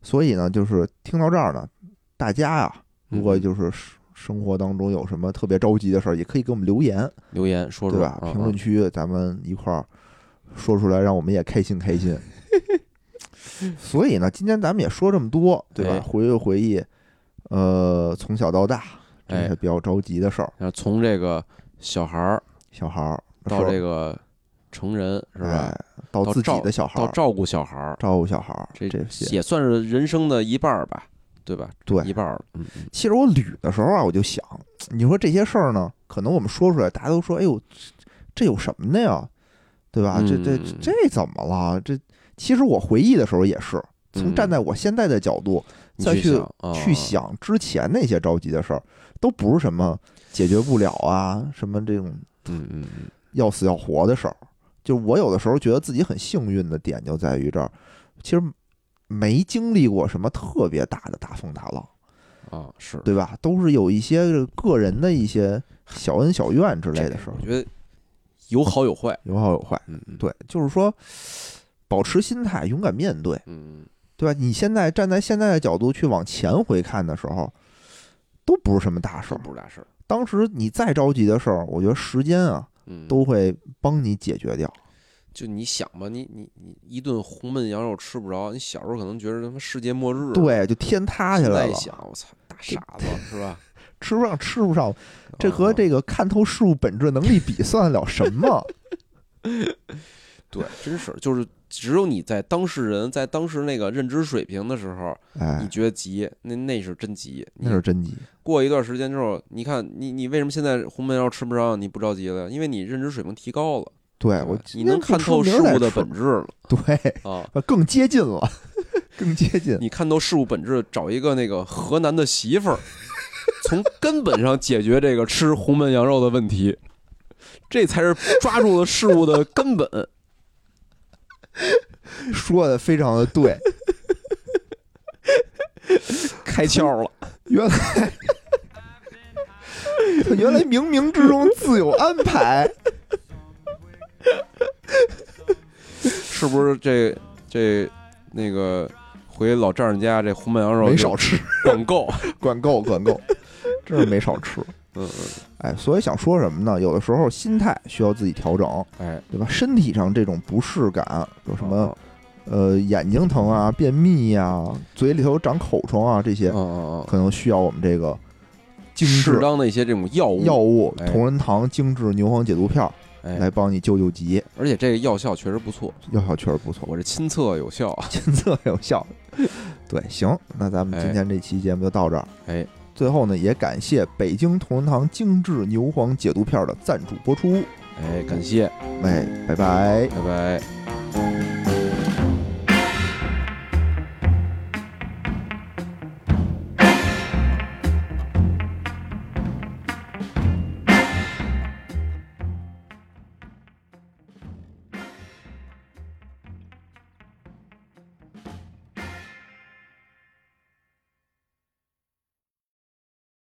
A: 所以呢，就是听到这儿呢，大家呀，
B: 嗯
A: 如果就是生生活当中有什么特别着急的事儿，也可以给我们留言，
B: 留言说
A: 对
B: 说
A: 吧？
B: 嗯
A: 评论
B: 嗯
A: 区咱们一块儿说出来，让我们也开心开 心。所以呢，今天咱们也说这么多，对吧
B: 哎？
A: 回忆回忆，呃，从小到大这
B: 哎
A: 些，比较着急的事儿，
B: 然后从这个小孩儿
A: 小孩儿
B: 到
A: 说
B: 这个成人是吧？
A: 哎到
B: 到
A: 自己
B: 照
A: 的小孩
B: 到
A: 儿，
B: 照顾小孩儿，
A: 照顾小孩儿，
B: 这
A: 这些
B: 也算是人生的一半儿吧，对吧？
A: 对
B: 一半儿了。嗯，嗯
A: 其实我捋的时候啊，我就想，你说这些事儿呢，可能我们说出来，大家都说，哎呦，这有什么的呀，对吧？这这
B: 嗯
A: 这怎么了？这其实我回忆的时候也是，从
B: 嗯
A: 站在我现在的角度、
B: 你
A: 再去
B: 想啊
A: 去想哦之前那些着急的事儿，都不是什么解决不了 啊，什么这种
B: 嗯嗯嗯，
A: 要死要活的事儿。就我有的时候觉得自己很幸运的点就在于这儿，其实没经历过什么特别大的大风大浪。
B: 啊，是
A: 对吧？都是有一些个人的一些小恩小怨之
B: 之
A: 类的事儿
B: 我，觉得有好有坏。
A: 有好有坏。
B: 嗯嗯，
A: 对，就是说，保持心态，勇敢面对，
B: 嗯，嗯
A: 对吧？你现在站在现在的角度去往前回看的时候，都不是什么大事
B: 这
A: 儿。
B: 不是大事儿。
A: 当时你再着急的事儿，我觉得时间啊
B: 嗯，
A: 都会帮你解决掉。
B: 就你想吧，你你你一顿红焖羊肉吃不着，你小时候可能觉得他妈世界末日，，
A: 对，就天塌下来
B: 再
A: 了，
B: 想我操，大傻子是吧？
A: 吃不上吃不上，这和
B: 啊
A: 这个看透事物本质能力比算得了什么？
B: 对，真是就是只有你在当事人在当时那个认知水平的时候，你
A: 哎，
B: 觉得急，那那是真急，你
A: 那是真急。
B: 过一段时间之后，你看你你为什么现在红焖羊肉吃不着，你不着急了？因为你认知水平提高了，
A: 对
B: 对
A: 哎
B: 吧
A: 我
B: 你
A: 今天
B: 能
A: 不
B: 看
A: 吃
B: 透
A: 明
B: 事
A: 儿再
B: 物的
A: 吃
B: 本质了
A: 对，
B: 啊！
A: 呃，更接近了， 更接近。
B: 你看透事物本质，找一个那个河南的媳妇儿，从根本上解决这个吃红焖羊肉的问题，这才是抓住了事物的根本。
A: 说的非常的对，
B: 开窍 了，
A: 原来 原来冥冥之中自有安排，
B: 是不是这？这那个回老丈人家，这红焖羊肉
A: 没
B: 就
A: 少吃，
B: 管够。
A: 管够管够，真是没少吃。
B: 嗯
A: 哎，所以想说什么呢？有的时候心态需要自己调整，
B: 嗯，哎，
A: 对吧？身体上这种不适感，有什
B: 哦
A: 么呃眼睛疼啊、便秘呀、嘴里头长口疮啊这些
B: 嗯？，嗯嗯
A: 可能需要我们这个
B: 嗯，
A: 精
B: 适
A: 致
B: 当的一些这种药物
A: 药物
B: 哎
A: 同仁堂精致牛黄解毒片儿
B: 哎
A: 来帮你救救急，
B: 而且这个药效确实不错，
A: 药效确实不错，
B: 我这亲测有效。啊
A: 亲测有效。对，行，那咱们今天这期节目就到这儿。
B: 哎，
A: 最后呢，也感谢北京同仁堂精致牛黄解毒片儿的赞助播出。
B: 哎，感谢，
A: 哎，拜拜。
B: 拜拜。